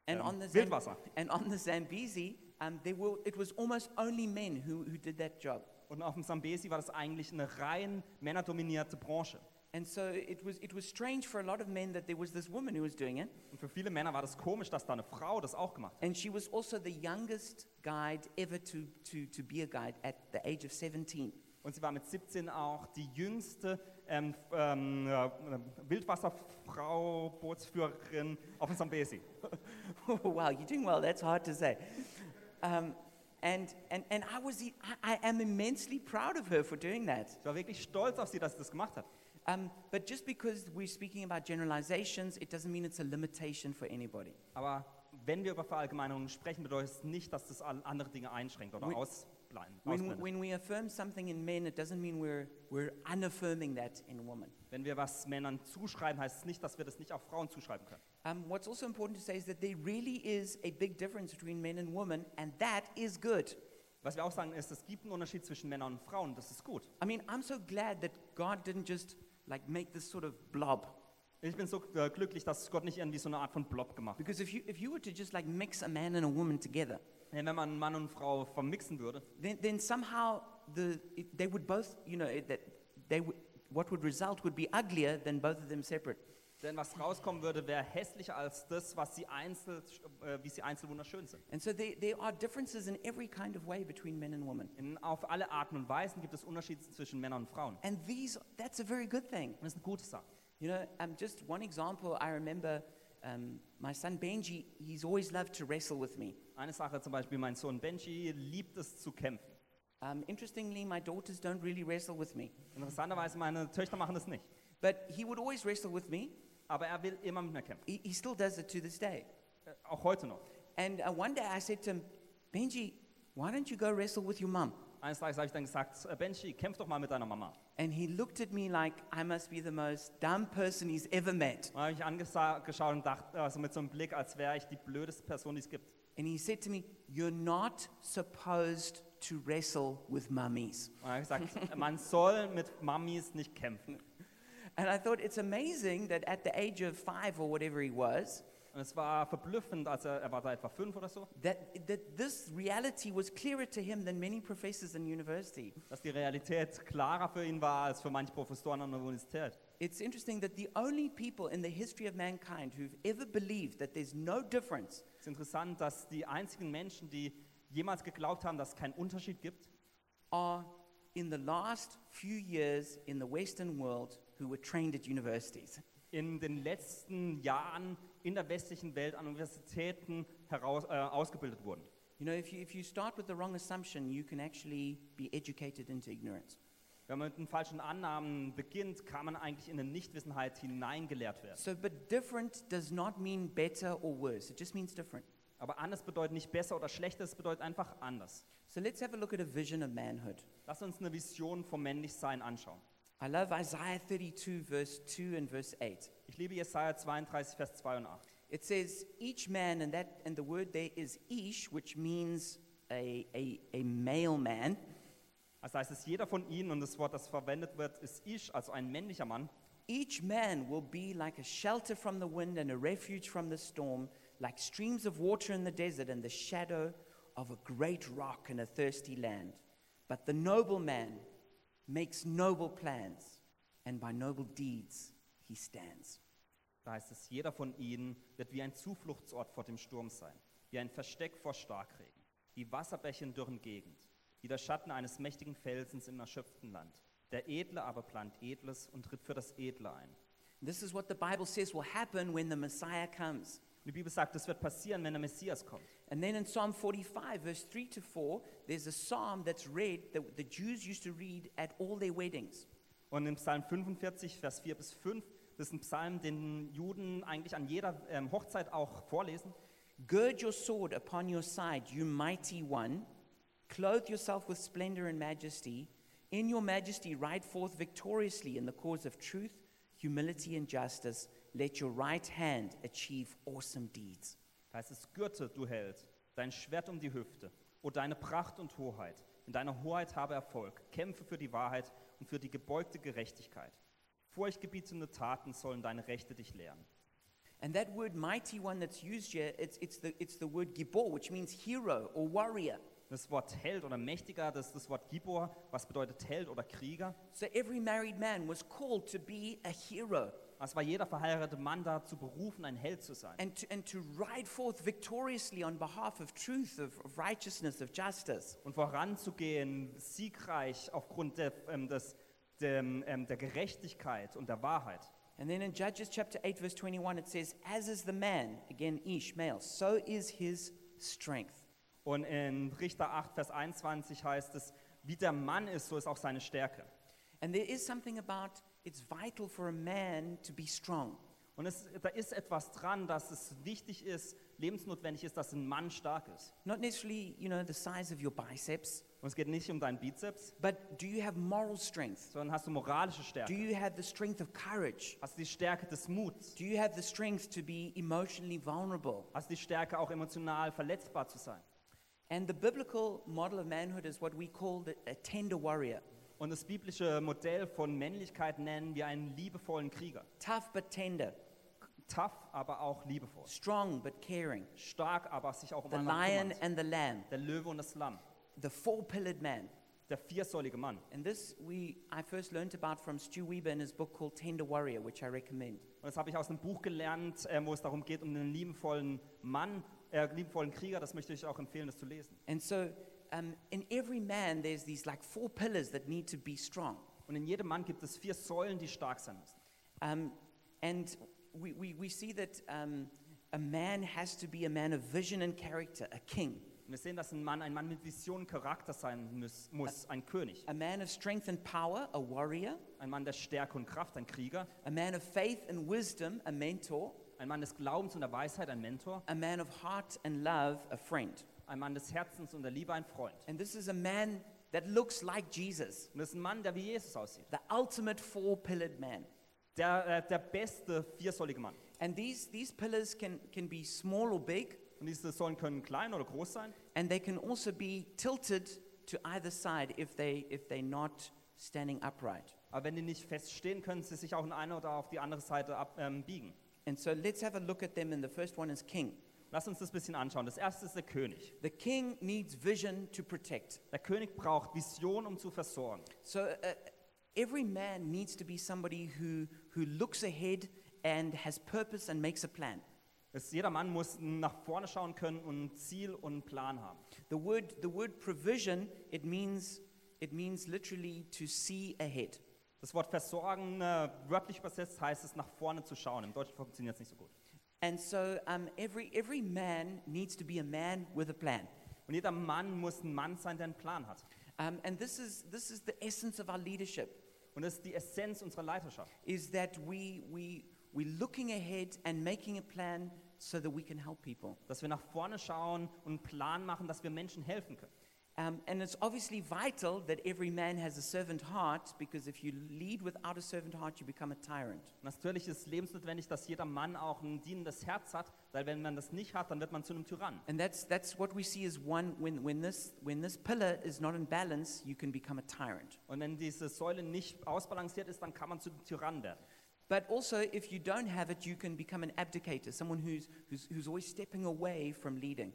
Speaker 1: And
Speaker 2: Um,
Speaker 1: on the Zam-
Speaker 2: Wildwasser.
Speaker 1: and on the Zambezi, um, there were, it was almost only men who, who did that job.
Speaker 2: Und auf dem Sambesi war das eigentlich eine rein männerdominierte Branche.
Speaker 1: And so it was, it was strange for a lot of men that there was this woman who was doing it.
Speaker 2: Und für viele Männer war das komisch, dass da eine Frau das auch gemacht hat.
Speaker 1: And she was also the youngest guide ever to, to, to be a guide at the age of 17.
Speaker 2: Und sie war mit 17 auch die jüngste ähm, f- ähm, äh, Wildwasserfrau, Bootsführerin auf dem Sambesi.
Speaker 1: wow, you're doing well. That's hard to say. Um, and, and, and I, was, the- I, I am immensely proud of her for doing that.
Speaker 2: Ich war wirklich stolz auf sie, dass sie das gemacht hat.
Speaker 1: Um, but just because we're speaking about generalizations, it doesn't mean it's a limitation for anybody.
Speaker 2: Aber wenn wir über Verallgemeinerungen sprechen, bedeutet es nicht, dass das all- andere Dinge einschränkt oder
Speaker 1: When-
Speaker 2: ausbleiben.
Speaker 1: When, when we affirm something in men, it doesn't mean we're, we're unaffirming that in women.
Speaker 2: Wenn wir was Männern zuschreiben, heißt es nicht, dass wir das nicht auch Frauen zuschreiben können.
Speaker 1: Um, what's also important to say is that there really is a big difference between men and women, and that is good.
Speaker 2: Was wir auch sagen ist, es gibt einen Unterschied zwischen Männern und Frauen, das ist gut.
Speaker 1: I mean, I'm so glad that God didn't just like make this sort of blob.
Speaker 2: Ich bin so äh, glücklich, dass Gott nicht irgendwie so eine Art von Blob gemacht hat.
Speaker 1: Because if you, if you were to just like mix a man and a woman together,
Speaker 2: Denn Wenn man einen Mann und Frau vermixen würde,
Speaker 1: then, then somehow the, it, they would both, you know, it, that they would what would result would be uglier than both of them separate.
Speaker 2: denn was rauskommen würde, wäre hässlicher als das, was sie einzeln, äh, wie sie einzeln wunderschön sind.
Speaker 1: And so there, there are differences in every kind of way between men and women.
Speaker 2: In, auf alle Arten und Weisen gibt es Unterschiede zwischen Männern und Frauen.
Speaker 1: And these, that's a very good thing.
Speaker 2: Und das ist eine gute Sache.
Speaker 1: You know, um, just one example, I remember um, my son Benji, he's always loved to wrestle with me.
Speaker 2: Eine Sache zum Beispiel, mein Sohn Benji liebt es zu kämpfen.
Speaker 1: Um, interestingly, my daughters don't really wrestle with me,
Speaker 2: Interessanterweise, meine Töchter machen das nicht.
Speaker 1: but he would always wrestle with me.
Speaker 2: Aber er will immer mit mir kämpfen.
Speaker 1: He, he still does it to this day.
Speaker 2: Äh, auch heute noch.
Speaker 1: And uh, one day I said to him, Benji, why don't you go wrestle with your mum?
Speaker 2: Eines Tages habe ich dann gesagt, äh, Benji, kämpf doch mal mit deiner Mama.
Speaker 1: And he looked at me like I must be the most dumb person he's ever met.
Speaker 2: Und dann habe ich angeschaut und dachte, also mit so einem Blick, als wäre ich die blödeste Person, die es gibt.
Speaker 1: And he said to me, You're not supposed to wrestle with mummies.
Speaker 2: Und er hat gesagt, äh, man soll mit Mamis nicht kämpfen.
Speaker 1: And I thought it's amazing that at the age of five or whatever he was,
Speaker 2: Und es war verblüffend, als er, er war da etwa fünf oder so,
Speaker 1: that, that this reality was clearer to him than many professors in university.
Speaker 2: dass die Realität klarer für ihn war als für manche Professoren an der Universität.
Speaker 1: It's interesting that the only people in the history of mankind who've ever believed that there's no difference
Speaker 2: Es ist interessant, dass die einzigen Menschen, die jemals geglaubt haben, dass es keinen Unterschied gibt,
Speaker 1: are in the last few years in the Western world who were trained at universities.
Speaker 2: in den letzten Jahren in der westlichen Welt an Universitäten heraus, äh, ausgebildet wurden.
Speaker 1: You know, if you, if you start with the wrong assumption, you can actually be educated into ignorance.
Speaker 2: Wenn man mit den falschen Annahmen beginnt, kann man eigentlich in eine Nichtwissenheit hineingelehrt werden.
Speaker 1: So, but different does not mean better or worse, it just means different.
Speaker 2: Aber anders bedeutet nicht besser oder schlechter, es bedeutet einfach anders.
Speaker 1: So, let's have a look at a vision of manhood.
Speaker 2: Lass uns eine Vision vom Männlichsein anschauen.
Speaker 1: I love Isaiah 32, verse 2 and verse 8.
Speaker 2: Ich liebe Jesaja 32, Vers 2 und 8.
Speaker 1: It says, each man, and that and the word there is ish, which means a, a, a male man,
Speaker 2: Also heißt es, jeder von ihnen, und das Wort, das verwendet wird, ist ich, also ein männlicher Mann.
Speaker 1: each man will be like a shelter from the wind and a refuge from the storm, like streams of water in the desert and the shadow of a great rock in a thirsty land. But the noble man makes noble plans, and by noble deeds he stands.
Speaker 2: Da heißt es, jeder von ihnen wird wie ein Zufluchtsort vor dem Sturm sein, wie ein Versteck vor Starkregen, wie Wasserbäche in dürren Gegend, wie der Schatten eines mächtigen Felsens im erschöpften Land. Der Edle aber plant Edles und tritt für das Edle ein.
Speaker 1: This is what the Bible says will happen when the Messiah comes.
Speaker 2: Die Bibel sagt, es wird passieren, wenn der Messias kommt.
Speaker 1: And then in Psalm 45, verse 3 to 4, there's a psalm that's read that the Jews used to read at all their weddings.
Speaker 2: Und im Psalm 45, Vers 4 bis 5, das ist ein Psalm, den Juden eigentlich an jeder ähm, Hochzeit auch vorlesen.
Speaker 1: Gird your sword upon your side, you mighty one. Clothe yourself with splendor and majesty. In your majesty, ride forth victoriously in the cause of truth, humility, and justice. Let your right hand achieve awesome deeds.
Speaker 2: Da heißt es, Gürte, du Held, dein Schwert um die Hüfte, o deine Pracht und Hoheit. In deiner Hoheit habe Erfolg. Kämpfe für die Wahrheit und für die gebeugte Gerechtigkeit. Furchtgebietende Taten sollen deine Rechte dich lehren.
Speaker 1: And that word mighty one that's used here, it's, it's, the, it's the word gibor, which means hero or warrior.
Speaker 2: Das Wort Held oder Mächtiger, das ist das Wort Gibor, was bedeutet Held oder Krieger.
Speaker 1: So every married man was called to be a hero
Speaker 2: Es war jeder verheiratete Mann dazu berufen, ein Held zu sein
Speaker 1: and to, and to ride forth victoriously on behalf of truth, of, of righteousness, of justice.
Speaker 2: und voranzugehen, siegreich aufgrund der, ähm, des, dem, ähm, der Gerechtigkeit und der Wahrheit.
Speaker 1: And then in Judges chapter 8, verse 21, it says, As is the man, again, Ish, male, so is his strength.
Speaker 2: Und in Richter 8, Vers 21 heißt es, wie der Mann ist, so ist auch seine Stärke.
Speaker 1: And there is something about it's vital for a man to be strong.
Speaker 2: Und es, da ist etwas dran, dass es wichtig ist, lebensnotwendig ist, dass ein Mann stark ist.
Speaker 1: Not necessarily, you know, the size of your biceps,
Speaker 2: Und es geht nicht um deinen Bizeps,
Speaker 1: but do you have moral strength?
Speaker 2: sondern hast du moralische
Speaker 1: Do
Speaker 2: Stärke.
Speaker 1: you have the strength of courage?
Speaker 2: Hast du die Stärke des Muts.
Speaker 1: Do you have the strength to be emotionally vulnerable?
Speaker 2: Hast du die Stärke, auch emotional verletzbar zu sein.
Speaker 1: And the biblical model of manhood is what we call the, a tender warrior.
Speaker 2: Und das biblische Modell von Männlichkeit nennen wir einen liebevollen Krieger.
Speaker 1: Tough but tender,
Speaker 2: Tough, aber auch liebevoll.
Speaker 1: strong but caring.
Speaker 2: Stark, aber sich auch um
Speaker 1: The
Speaker 2: andere
Speaker 1: lion
Speaker 2: kümmert.
Speaker 1: and the lamb,
Speaker 2: Der Löwe und das Lamm.
Speaker 1: the four pillared man.
Speaker 2: Der viersäulige Mann.
Speaker 1: And this we I first learned about from Stu Weber in his book called Tender Warrior, which I recommend.
Speaker 2: Und das habe ich aus einem Buch gelernt, äh, wo es darum geht, um einen liebevollen Mann, äh, liebevollen Krieger. Das möchte ich auch empfehlen, das zu lesen.
Speaker 1: And so um, in every man there's these like four pillars that need to be strong.
Speaker 2: Und in jedem Mann gibt es vier Säulen, die stark sein müssen.
Speaker 1: Um, and we, we, we see that um, a man has to be a man of vision and character, a king,
Speaker 2: Und wir sehen, dass ein Mann ein Mann mit Vision und Charakter sein muss, muss, ein König.
Speaker 1: a man of strength and power, a warrior,
Speaker 2: Ein Mann der Stärke und Kraft, ein Krieger.
Speaker 1: a man of faith and wisdom, a mentor,
Speaker 2: Ein Mann des Glaubens und der Weisheit, ein Mentor.
Speaker 1: a man of heart and love, a friend.
Speaker 2: Ein Mann des Herzens und der Liebe, ein Freund.
Speaker 1: And this is a man that looks like Jesus,
Speaker 2: Und das ist ein Mann, der wie Jesus aussieht.
Speaker 1: the ultimate four pillared man.
Speaker 2: Der, äh, der beste viersäulige Mann.
Speaker 1: And these, these pillars can, can be small or big,
Speaker 2: Und diese Säulen können klein oder groß sein.
Speaker 1: and they can also be tilted to either side if, they, if they're not standing upright.
Speaker 2: Aber wenn die nicht feststehen, können sie sich auch in eine oder auf die andere Seite ab, ähm, biegen.
Speaker 1: And so let's have a look at them, and the first one is king.
Speaker 2: Lass uns das ein bisschen anschauen. Das erste ist der König.
Speaker 1: The king needs vision to protect.
Speaker 2: Der König braucht Vision, um zu versorgen.
Speaker 1: So uh, every man needs to be somebody who, who looks ahead and has purpose and makes a plan.
Speaker 2: Es, jeder Mann muss nach vorne schauen können und ein Ziel und einen Plan haben.
Speaker 1: The word, the word provision, it means, it means literally to see ahead.
Speaker 2: Das Wort versorgen, äh, wörtlich übersetzt, heißt es, nach vorne zu schauen. Im Deutschen funktioniert es nicht so gut.
Speaker 1: And so um, every, every man needs to be a man with a plan.
Speaker 2: Und jeder Mann muss ein Mann sein, der einen Plan hat.
Speaker 1: Um, and this is, this is the essence of our leadership,
Speaker 2: Und das ist die Essenz unserer Leiterschaft.
Speaker 1: is that we, we, we're looking ahead and making a plan so that we can help people.
Speaker 2: Dass wir nach vorne schauen und einen Plan machen, dass wir Menschen helfen können.
Speaker 1: Um, and it's obviously vital that every man has a servant heart because if you lead without a servant heart, you become a tyrant.
Speaker 2: Und natürlich ist es lebensnotwendig, dass jeder Mann auch ein dienendes Herz hat, weil wenn man das nicht hat, dann wird man zu einem Tyrann.
Speaker 1: And that's, that's what we see as one when, when, this, when this pillar is not in balance, you can become a tyrant.
Speaker 2: Und wenn diese Säule nicht ausbalanciert ist, dann kann man zu einem Tyrann werden.
Speaker 1: But also, if you don't have it, you can become an abdicator, someone who's, who's, who's always stepping away from leading.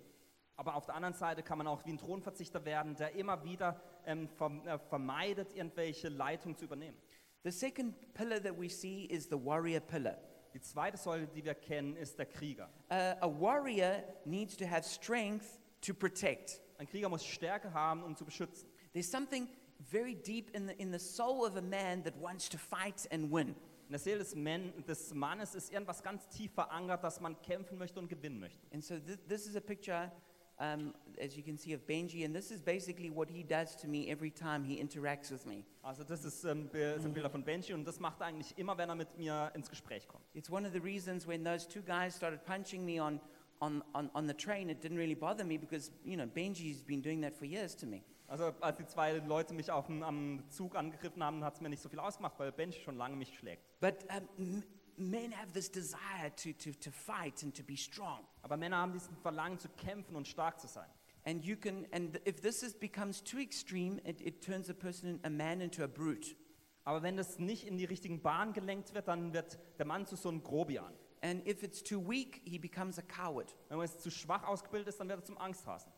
Speaker 2: Aber auf der anderen Seite kann man auch wie ein Thronverzichter werden, der immer wieder ähm, verm äh, vermeidet, irgendwelche Leitung zu übernehmen.
Speaker 1: The second pillar that we see is the warrior pillar.
Speaker 2: Die zweite Säule, die wir kennen, ist der Krieger.
Speaker 1: Uh, a warrior needs to have strength to protect.
Speaker 2: Ein Krieger muss Stärke haben, um zu beschützen.
Speaker 1: There's something very deep in the, in the soul of a man that wants to fight and win.
Speaker 2: In der Seele des, Men des Mannes ist irgendwas ganz tief verankert, dass man kämpfen möchte und gewinnen möchte.
Speaker 1: And so th- this is a picture, um, as you can see, of Benji, and this is basically what he does to me every time he interacts with me.
Speaker 2: Also das ist, ähm, Bi- sind Bilder von Benji und das macht er eigentlich immer, wenn er mit mir ins Gespräch kommt.
Speaker 1: It's one of the reasons when those two guys started punching me on, on, on, on the train, it didn't really bother me because, you know, Benji's been doing that for years to me.
Speaker 2: Also als die zwei Leute mich auf dem, am Zug angegriffen haben, hat es mir nicht so viel ausgemacht, weil Benji schon lange mich schlägt.
Speaker 1: But um, m- men have this desire to, to, to fight and to be strong.
Speaker 2: Aber Männer haben diesen Verlangen zu kämpfen und stark zu sein.
Speaker 1: And you can, and if this is, becomes too extreme, it, it turns a person, a man into a brute.
Speaker 2: Aber wenn das nicht in die richtigen Bahnen gelenkt wird, dann wird der Mann zu so einem Grobian.
Speaker 1: And if it's too weak, he becomes a coward.
Speaker 2: Wenn man jetzt zu schwach ausgebildet ist, dann wird er zum Angsthasen.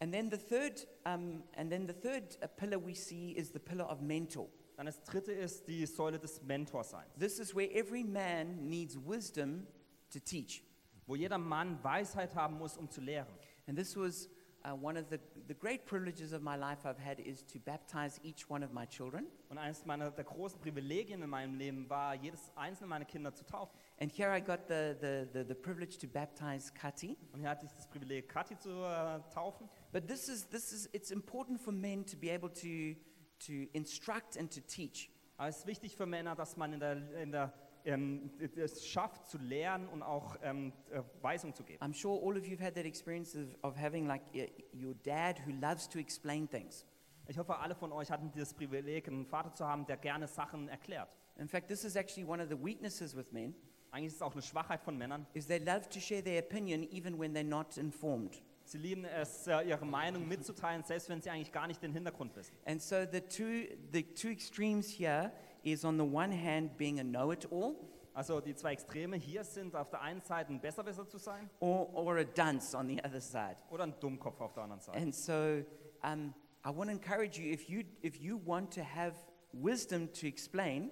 Speaker 1: And then the third, um, and then the third uh, pillar we see is the pillar of mentor.
Speaker 2: Dann das dritte ist die Säule des Mentorseins,
Speaker 1: This is where every man needs wisdom to teach.
Speaker 2: wo jeder Mann Weisheit haben muss, um zu lehren.
Speaker 1: And this was uh, one of the, the great privileges of my life I've had is to baptize each one of my children.
Speaker 2: Und eines meiner der großen Privilegien in meinem Leben war, jedes einzelne meiner Kinder zu taufen.
Speaker 1: And here I got the, the, the, the privilege to baptize Kati.
Speaker 2: Und hier hatte ich das Privileg, Kathi zu äh, taufen.
Speaker 1: But this is, this is, it's important for men to be able to, to instruct and to teach.
Speaker 2: Aber es ist wichtig für Männer, dass man in der, in der, ähm, es schafft, zu lehren und auch ähm, äh, Weisung zu geben.
Speaker 1: I'm sure all of you have had that experience of, of having like y- your dad who loves to explain things.
Speaker 2: Ich hoffe, alle von euch hatten dieses Privileg, einen Vater zu haben, der gerne Sachen erklärt.
Speaker 1: In fact, this is actually one of the weaknesses with men
Speaker 2: Eigentlich ist es auch eine Schwachheit von Männern.
Speaker 1: is they love to share their opinion even when they're not informed.
Speaker 2: Sie lieben es, äh, ihre Meinung mitzuteilen, selbst wenn sie eigentlich gar nicht den Hintergrund wissen.
Speaker 1: And so the two, the two extremes here is on the one hand being a know-it-all
Speaker 2: Also die zwei Extreme hier sind auf der einen Seite ein Besserwisser zu sein
Speaker 1: or, or a dunce on the other side.
Speaker 2: oder ein Dummkopf auf der anderen Seite.
Speaker 1: And so um, I want to encourage you if, you if you want to have wisdom to explain,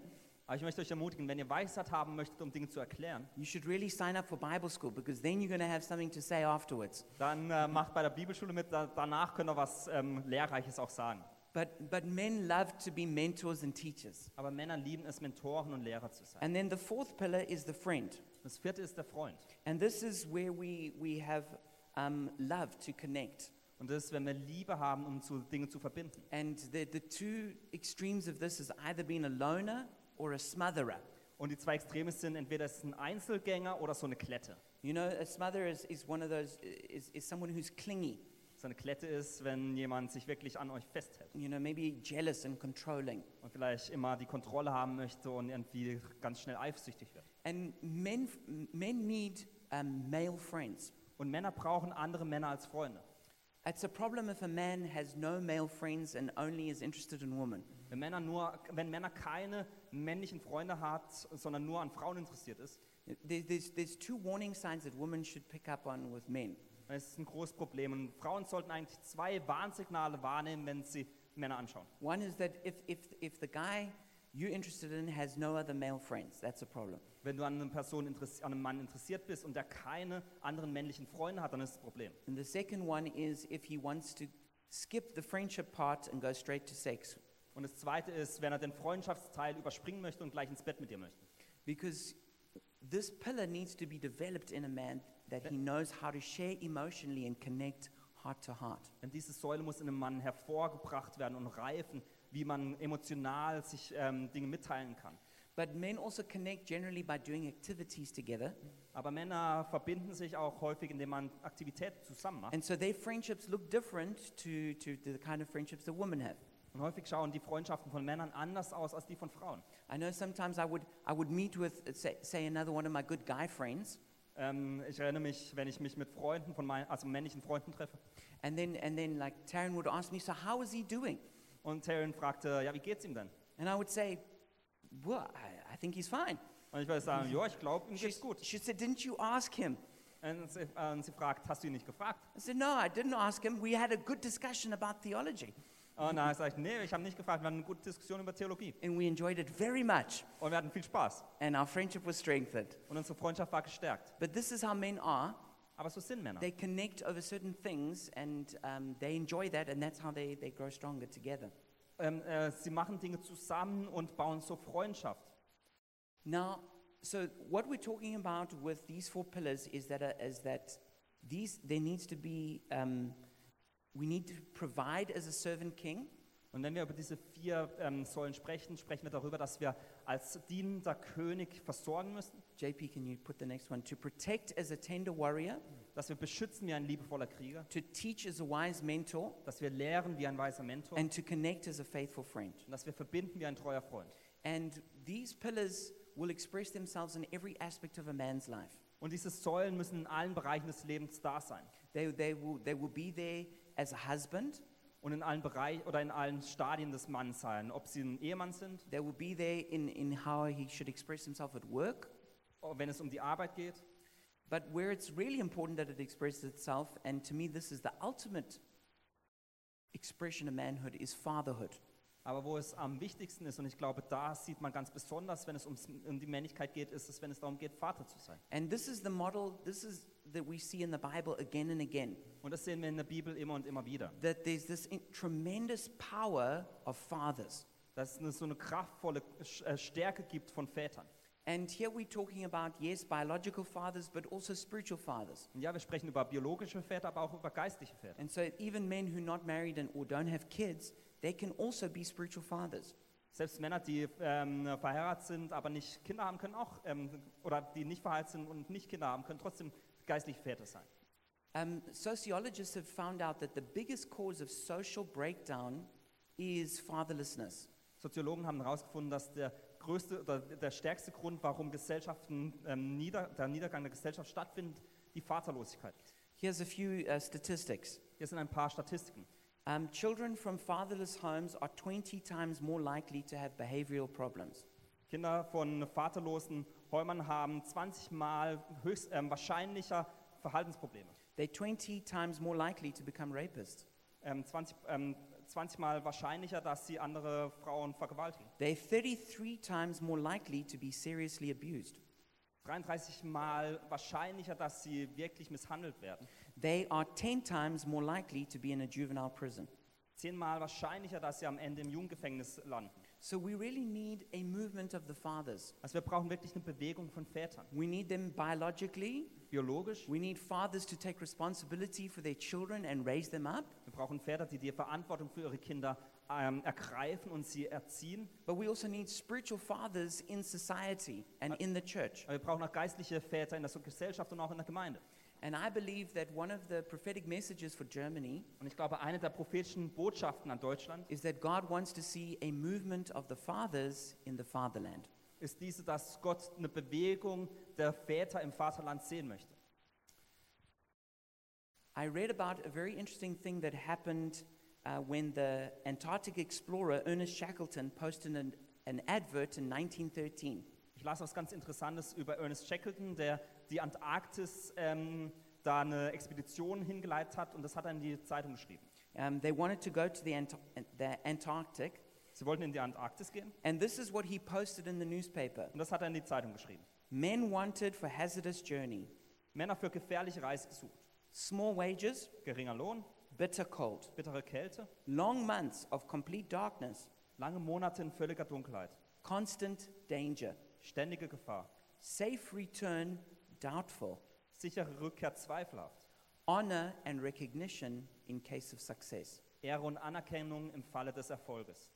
Speaker 2: Aber ich möchte euch ermutigen, wenn ihr Weisheit haben möchtet, um Dinge zu erklären,
Speaker 1: you should really sign up for Bible school because then you're going to have something to say afterwards.
Speaker 2: dann äh, macht bei der Bibelschule mit, da, danach könnt ihr was ähm, Lehrreiches auch sagen.
Speaker 1: But, but men love to be mentors and teachers.
Speaker 2: Aber Männer lieben es, Mentoren und Lehrer zu sein.
Speaker 1: And then the fourth pillar is the friend.
Speaker 2: Das vierte ist der Freund.
Speaker 1: And this is where we, we have um, love to connect.
Speaker 2: Und das ist, wenn wir Liebe haben, um zu, Dinge zu verbinden.
Speaker 1: And the, the two extremes of this is either being a loner or a smotherer.
Speaker 2: Und die zwei Extreme sind entweder es ist ein Einzelgänger oder so eine Klette.
Speaker 1: You know, a smotherer is, is one of those, is, is someone who's clingy,
Speaker 2: So eine Klette ist, wenn jemand sich wirklich an euch festhält
Speaker 1: you know, maybe jealous and controlling.
Speaker 2: und vielleicht immer die Kontrolle haben möchte und irgendwie ganz schnell eifersüchtig wird.
Speaker 1: And men, men need um, male friends.
Speaker 2: Und Männer brauchen andere Männer als Freunde.
Speaker 1: It's a problem if a man has no male friends and only is interested in women.
Speaker 2: Wenn Männer, nur, wenn Männer keine männlichen Freunde hat, sondern nur an Frauen interessiert ist,
Speaker 1: There, there's, there's two warning signs that women should pick up on with men.
Speaker 2: dann ist es ein großes Problem. Und Frauen sollten eigentlich zwei Warnsignale wahrnehmen, wenn sie Männer anschauen.
Speaker 1: One is that if, if, if the guy you're interested in has no other male friends, that's a problem.
Speaker 2: Wenn du an, einer Person interess- an einem Mann interessiert bist und der keine anderen männlichen Freunde hat, dann ist das ein Problem.
Speaker 1: And the second one is if he wants to skip the friendship part and go straight to sex.
Speaker 2: Und das Zweite ist, wenn er den Freundschaftsteil überspringen möchte und gleich ins Bett mit dir möchte.
Speaker 1: Because this pillar needs to be developed in a man that he knows how to share emotionally and connect heart to heart.
Speaker 2: Denn diese Säule muss in einem Mann hervorgebracht werden und reifen, wie man emotional sich ähm, Dinge mitteilen kann.
Speaker 1: But men also connect generally by doing activities together.
Speaker 2: Aber Männer verbinden sich auch häufig, indem man Aktivitäten zusammen macht.
Speaker 1: And so their friendships look different to, to the kind of friendships that women have.
Speaker 2: Und häufig schauen die Freundschaften von Männern anders aus als die von Frauen.
Speaker 1: I know sometimes I would, I would meet with, uh, say, say, another one of my good guy friends,
Speaker 2: Ähm, ich erinnere mich, wenn ich mich mit Freunden von meinen, also männlichen Freunden treffe.
Speaker 1: and then, and then like Taryn would ask me, so how is he doing?
Speaker 2: Und Taryn fragte, ja, wie geht's ihm denn?
Speaker 1: And I would say, well, I, I think he's fine.
Speaker 2: Und ich würde sagen, ja, ich glaube, ihm
Speaker 1: She,
Speaker 2: geht's gut.
Speaker 1: she said, didn't you ask him?
Speaker 2: Und sie, äh, und sie fragt, hast du ihn nicht gefragt?
Speaker 1: I said, no, I didn't ask him. We had a good discussion about theology,
Speaker 2: Und dann sage ich, nee, ich habe nicht gefragt. Wir hatten eine gute Diskussion über Theologie.
Speaker 1: and we enjoyed it very much,
Speaker 2: Und wir hatten viel Spaß.
Speaker 1: and our friendship was strengthened.
Speaker 2: Und unsere Freundschaft war gestärkt.
Speaker 1: But this is how men are.
Speaker 2: Aber so sind Männer.
Speaker 1: They connect over certain things, and um, they enjoy that, and that's how they, they grow stronger together.
Speaker 2: Ähm, äh, sie machen Dinge zusammen und bauen so Freundschaft.
Speaker 1: Now, so what we're talking about with these four pillars is that, uh, is that these, there needs to be, um, we need to provide as a servant king,
Speaker 2: Und wenn wir über diese vier ähm, Säulen sprechen, sprechen wir darüber, dass wir als dienender König versorgen müssen,
Speaker 1: JP, can you put the next one? To protect as a tender warrior,
Speaker 2: dass wir beschützen wie ein liebevoller Krieger,
Speaker 1: to teach as a wise mentor,
Speaker 2: dass wir lehren wie ein weiser Mentor
Speaker 1: and to connect as a faithful friend.
Speaker 2: und dass wir verbinden wie ein treuer Freund.
Speaker 1: And these pillars will express themselves in every aspect of a man's life.
Speaker 2: Und diese Säulen müssen in allen Bereichen des Lebens da sein
Speaker 1: They, they, will, they will be there as a husband,
Speaker 2: und in allen Bereichen oder in allen Stadien des Mannes sein, ob sie ein Ehemann sind,
Speaker 1: they will be there in, in how he should express himself at work.
Speaker 2: wenn es um die Arbeit geht.
Speaker 1: But where it's really important that it expresses itself, and to me, this is the ultimate expression of manhood, is fatherhood.
Speaker 2: Aber wo es am wichtigsten ist, und ich glaube, da sieht man ganz besonders, wenn es ums, um die Männlichkeit geht, ist es, wenn es darum geht, Vater zu sein.
Speaker 1: And this is the model, this is that we see in the Bible again and again,
Speaker 2: Und das sehen wir in der Bibel immer und immer wieder.
Speaker 1: that there's this in- tremendous power of fathers.
Speaker 2: dass es so eine kraftvolle Sch- äh, Stärke gibt von Vätern.
Speaker 1: And here we're talking about, yes, biological fathers, but also spiritual fathers.
Speaker 2: Und ja, wir sprechen über biologische Väter, aber auch über geistliche Väter.
Speaker 1: And so even men who are not married and or don't have kids, they can also be spiritual fathers.
Speaker 2: Selbst Männer, die ähm, verheiratet sind, aber nicht Kinder haben, können auch, ähm, oder die nicht verheiratet sind und nicht Kinder haben, können trotzdem geistliche Väter sein.
Speaker 1: Um, sociologists have found out that the biggest cause of social breakdown is fatherlessness.
Speaker 2: Soziologen haben herausgefunden, dass der größte oder der stärkste Grund, warum Gesellschaften, ähm, nieder, der Niedergang der Gesellschaft stattfindet, die Vaterlosigkeit ist.
Speaker 1: Here's a few uh, statistics.
Speaker 2: Hier sind ein paar Statistiken.
Speaker 1: Um, children from fatherless homes are 20 times more likely to have behavioral problems.
Speaker 2: Kinder von vaterlosen Häusern haben 20 Mal höchst, ähm, wahrscheinlicher Verhaltensprobleme.
Speaker 1: They're 20 times more likely to become rapists.
Speaker 2: ähm, 20, ähm, 20 Mal wahrscheinlicher, dass sie andere Frauen vergewaltigen.
Speaker 1: They're 33 times more likely to be seriously abused.
Speaker 2: 33 Mal wahrscheinlicher, dass sie wirklich misshandelt werden.
Speaker 1: They are 10 times more likely to be in a juvenile prison.
Speaker 2: 10 Mal wahrscheinlicher, dass sie am Ende im Jugendgefängnis landen.
Speaker 1: So we really need a movement of the fathers.
Speaker 2: Also wir brauchen wirklich eine Bewegung von Vätern.
Speaker 1: We need them biologically.
Speaker 2: Biologisch,
Speaker 1: We need fathers to take responsibility for their children and raise them up.
Speaker 2: wir brauchen Väter, die die Verantwortung für ihre Kinder ähm, ergreifen und sie erziehen.
Speaker 1: But we also need spiritual fathers in society and in the church.
Speaker 2: Aber wir brauchen auch geistliche Väter in der Gesellschaft und auch in der Gemeinde.
Speaker 1: And I believe that one of the prophetic messages for Germany
Speaker 2: Und ich glaube, eine der prophetischen Botschaften an Deutschland
Speaker 1: is that God wants to see a movement of the fathers in the fatherland.
Speaker 2: ist diese, dass Gott eine Bewegung der Väter im Vaterland sehen möchte.
Speaker 1: I read about a very interesting thing that happened uh, when the Antarctic explorer Ernest Shackleton posted an, an advert in 1913.
Speaker 2: Ich las was ganz Interessantes über Ernest Shackleton, der die Antarktis ähm, da eine Expedition hingeleitet hat und das hat er in die Zeitung geschrieben.
Speaker 1: Um, they wanted to go to the, Ant- the Antarctic,
Speaker 2: Sie wollten in die Antarktis gehen
Speaker 1: and this is what he posted in the newspaper
Speaker 2: und das hat er in die Zeitung geschrieben.
Speaker 1: Men wanted for hazardous journey,
Speaker 2: Männer für gefährliche Reise gesucht.
Speaker 1: small wages,
Speaker 2: Geringer Lohn,
Speaker 1: bitter cold,
Speaker 2: bittere Kälte,
Speaker 1: long months of complete darkness,
Speaker 2: lange Monate in völliger Dunkelheit,
Speaker 1: constant danger,
Speaker 2: ständige Gefahr,
Speaker 1: safe return doubtful,
Speaker 2: sichere Rückkehr zweifelhaft,
Speaker 1: honor and recognition in case of success.
Speaker 2: Ehre und Anerkennung im Falle des Erfolges.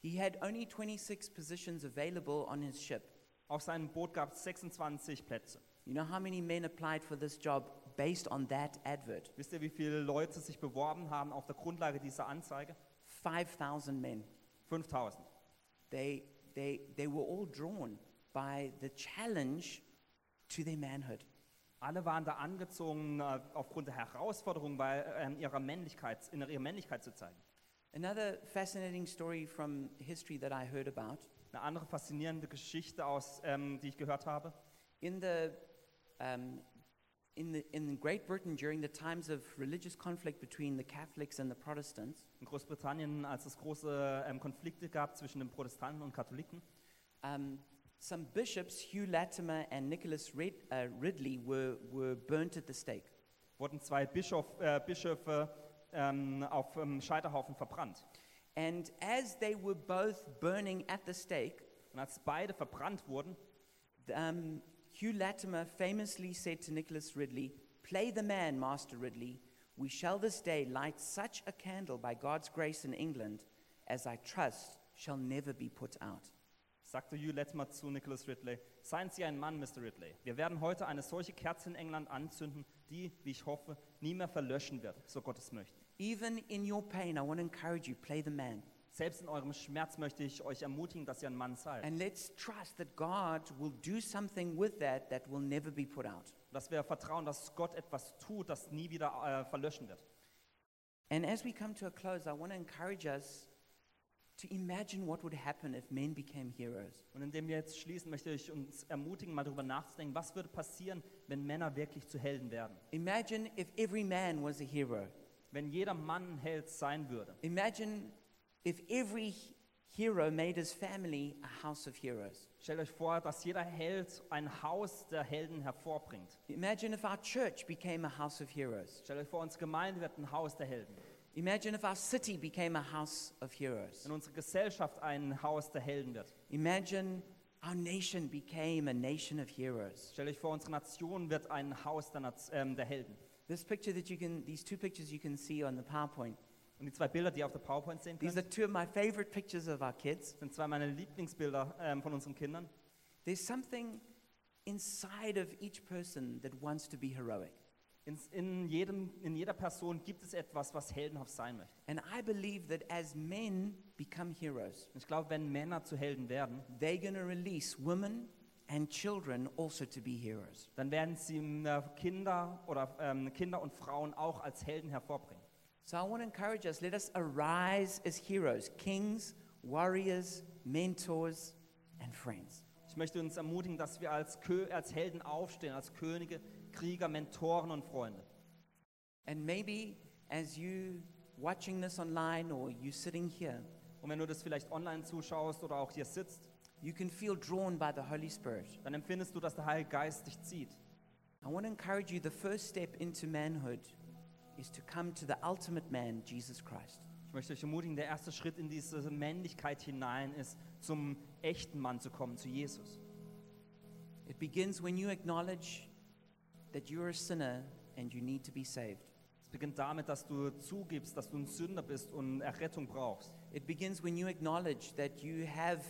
Speaker 1: He had only 26 positions available on his ship.
Speaker 2: Auf seinem Boot gab es 26 Plätze.
Speaker 1: You know how many men applied for this job based on that advert?
Speaker 2: Wisst ihr, wie viele Leute sich beworben haben auf der Grundlage dieser Anzeige?
Speaker 1: 5,000 men.
Speaker 2: 5000.
Speaker 1: They, they, they were all drawn by the challenge to their manhood.
Speaker 2: Alle waren da angezogen äh, aufgrund der Herausforderung, weil ähm, ihrer Männlichkeit, in ihrer Männlichkeit zu zeigen.
Speaker 1: Another fascinating story from history that I heard about
Speaker 2: Eine andere faszinierende Geschichte, aus, ähm, die ich gehört habe.
Speaker 1: in, the, um, in, the, in Great Britain during the times of religious conflict between the Catholics and the Protestants,
Speaker 2: In Großbritannien, als es große ähm, Konflikte gab zwischen den Protestanten und Katholiken,
Speaker 1: Um, some bishops, Hugh Latimer and Nicholas Rid- uh, Ridley, were, were burnt at the stake.
Speaker 2: wurden zwei Bischof, äh, Bischöfe ähm, auf dem Scheiterhaufen ähm, verbrannt.
Speaker 1: And as they were both burning at the stake,
Speaker 2: Und als beide verbrannt wurden,
Speaker 1: um, Hugh Latimer famously said to Nicholas Ridley, Play the man, Master Ridley. We shall this day light such a candle by God's grace in England as I trust shall never be put out.
Speaker 2: sagte Hugh Latimer zu Nicholas Ridley, seien Sie ein Mann, Mr. Ridley. Wir werden heute eine solche Kerze in England anzünden, die, wie ich hoffe, nie mehr verlöschen wird, so Gott es möchte.
Speaker 1: Even in your pain, I want to encourage you, play the man.
Speaker 2: Selbst in eurem Schmerz möchte ich euch ermutigen, dass ihr ein Mann seid.
Speaker 1: And let's trust that God will do something with that that will never be put out.
Speaker 2: dass wir vertrauen, dass Gott etwas tut, das nie wieder äh, verlöschen wird.
Speaker 1: And as we come to a close, I want to encourage us to imagine what would happen if men became heroes.
Speaker 2: Und indem wir jetzt schließen, möchte ich uns ermutigen, mal darüber nachzudenken, was würde passieren, wenn Männer wirklich zu Helden werden?
Speaker 1: Imagine if every man was a hero.
Speaker 2: Wenn jeder Mann ein Held sein würde.
Speaker 1: Imagine if every hero made his family a house of heroes.
Speaker 2: Stellt euch vor, dass jeder Held ein Haus der Helden hervorbringt.
Speaker 1: Imagine if our church became a house of heroes.
Speaker 2: Stellt euch vor, unsere Gemeinde wird ein Haus der Helden.
Speaker 1: Imagine if our city became a house of heroes.
Speaker 2: Wenn unsere Gesellschaft ein Haus der Helden wird.
Speaker 1: Imagine our nation became a nation of heroes.
Speaker 2: Stellt euch vor, unsere Nation wird ein Haus der, Naz- ähm, der Helden.
Speaker 1: This picture that you can, these two pictures you can see on the PowerPoint,
Speaker 2: Und die zwei Bilder, die ihr auf der PowerPoint sehen
Speaker 1: these are
Speaker 2: könnt,
Speaker 1: two of my favorite pictures of our kids.
Speaker 2: sind zwei meiner Lieblingsbilder ähm, von unseren Kindern.
Speaker 1: There's something inside of each person that wants to be heroic.
Speaker 2: In, in, jedem, in jeder Person gibt es etwas, was heldenhaft sein möchte.
Speaker 1: And I believe that as men become heroes,
Speaker 2: Und ich glaube, wenn Männer zu Helden werden,
Speaker 1: they're going to release women and children also to be heroes.
Speaker 2: dann werden sie äh, Kinder oder ähm, Kinder und Frauen auch als Helden hervorbringen.
Speaker 1: So I want to encourage us let us arise as heroes, kings, warriors, mentors, and friends.
Speaker 2: Ich möchte uns ermutigen, dass wir als, Kö als Helden aufstehen, als Könige, Krieger, Mentoren und Freunde.
Speaker 1: And maybe as you watching this online or you sitting here,
Speaker 2: Und wenn du das vielleicht online zuschaust oder auch hier sitzt,
Speaker 1: you can feel drawn by the Holy Spirit.
Speaker 2: dann empfindest du, dass der Heilige Geist dich zieht.
Speaker 1: I want to encourage you the first step into manhood is to come to the ultimate man, Jesus Christ.
Speaker 2: Ich möchte euch ermutigen, der erste Schritt in diese Männlichkeit hinein ist, zum echten Mann zu kommen, zu Jesus.
Speaker 1: It begins when you acknowledge that you're a sinner and you need to be saved.
Speaker 2: Es beginnt damit, dass du zugibst, dass du ein Sünder bist und Errettung brauchst.
Speaker 1: It begins when you acknowledge that you have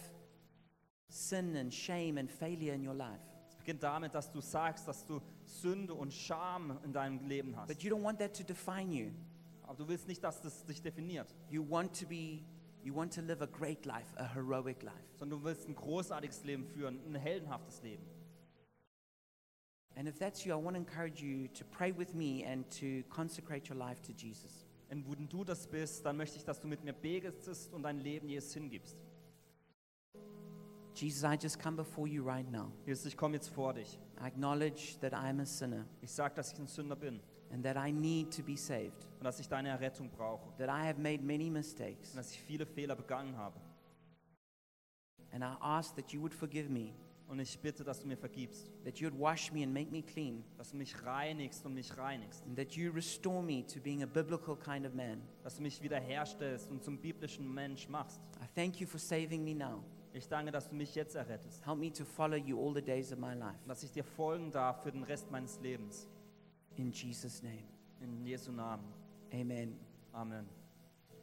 Speaker 1: sin and shame and failure in your life,
Speaker 2: Es beginnt damit, dass du sagst, dass du Sünde und Scham in deinem Leben hast.
Speaker 1: but you don't want that to define you.
Speaker 2: Aber du willst nicht, dass das dich definiert,
Speaker 1: You want to be you want to live a great life, a heroic life.
Speaker 2: sondern du willst ein großartiges Leben führen, ein heldenhaftes Leben.
Speaker 1: And if that's you, I want to encourage you to pray with me and to consecrate your life to Jesus.
Speaker 2: Und wenn du das bist, dann möchte ich, dass du mit mir betest und dein Leben Jesus hingibst.
Speaker 1: Jesus, I just come before you right now.
Speaker 2: Jesus, ich komme jetzt vor dich.
Speaker 1: I acknowledge that I am a sinner
Speaker 2: Ich sage, dass ich ein Sünder bin
Speaker 1: and that I need to be saved,
Speaker 2: und dass ich deine Errettung brauche
Speaker 1: that I have made many mistakes.
Speaker 2: und dass ich viele Fehler begangen habe.
Speaker 1: And I ask that you would forgive me,
Speaker 2: Und ich bitte, dass du mir vergibst,
Speaker 1: that you would wash me and make me clean,
Speaker 2: dass du mich reinigst und mich reinigst.
Speaker 1: and that you restore me to being a biblical kind of man.
Speaker 2: dass du mich wiederherstellst und zum biblischen Mensch machst.
Speaker 1: I thank you for saving me now.
Speaker 2: Ich danke, dass du mich jetzt errettest
Speaker 1: Help me to follow you all the days of my life.
Speaker 2: und dass ich dir folgen darf für den Rest meines Lebens.
Speaker 1: In Jesus' name,
Speaker 2: In Jesu Namen.
Speaker 1: amen.
Speaker 2: Amen.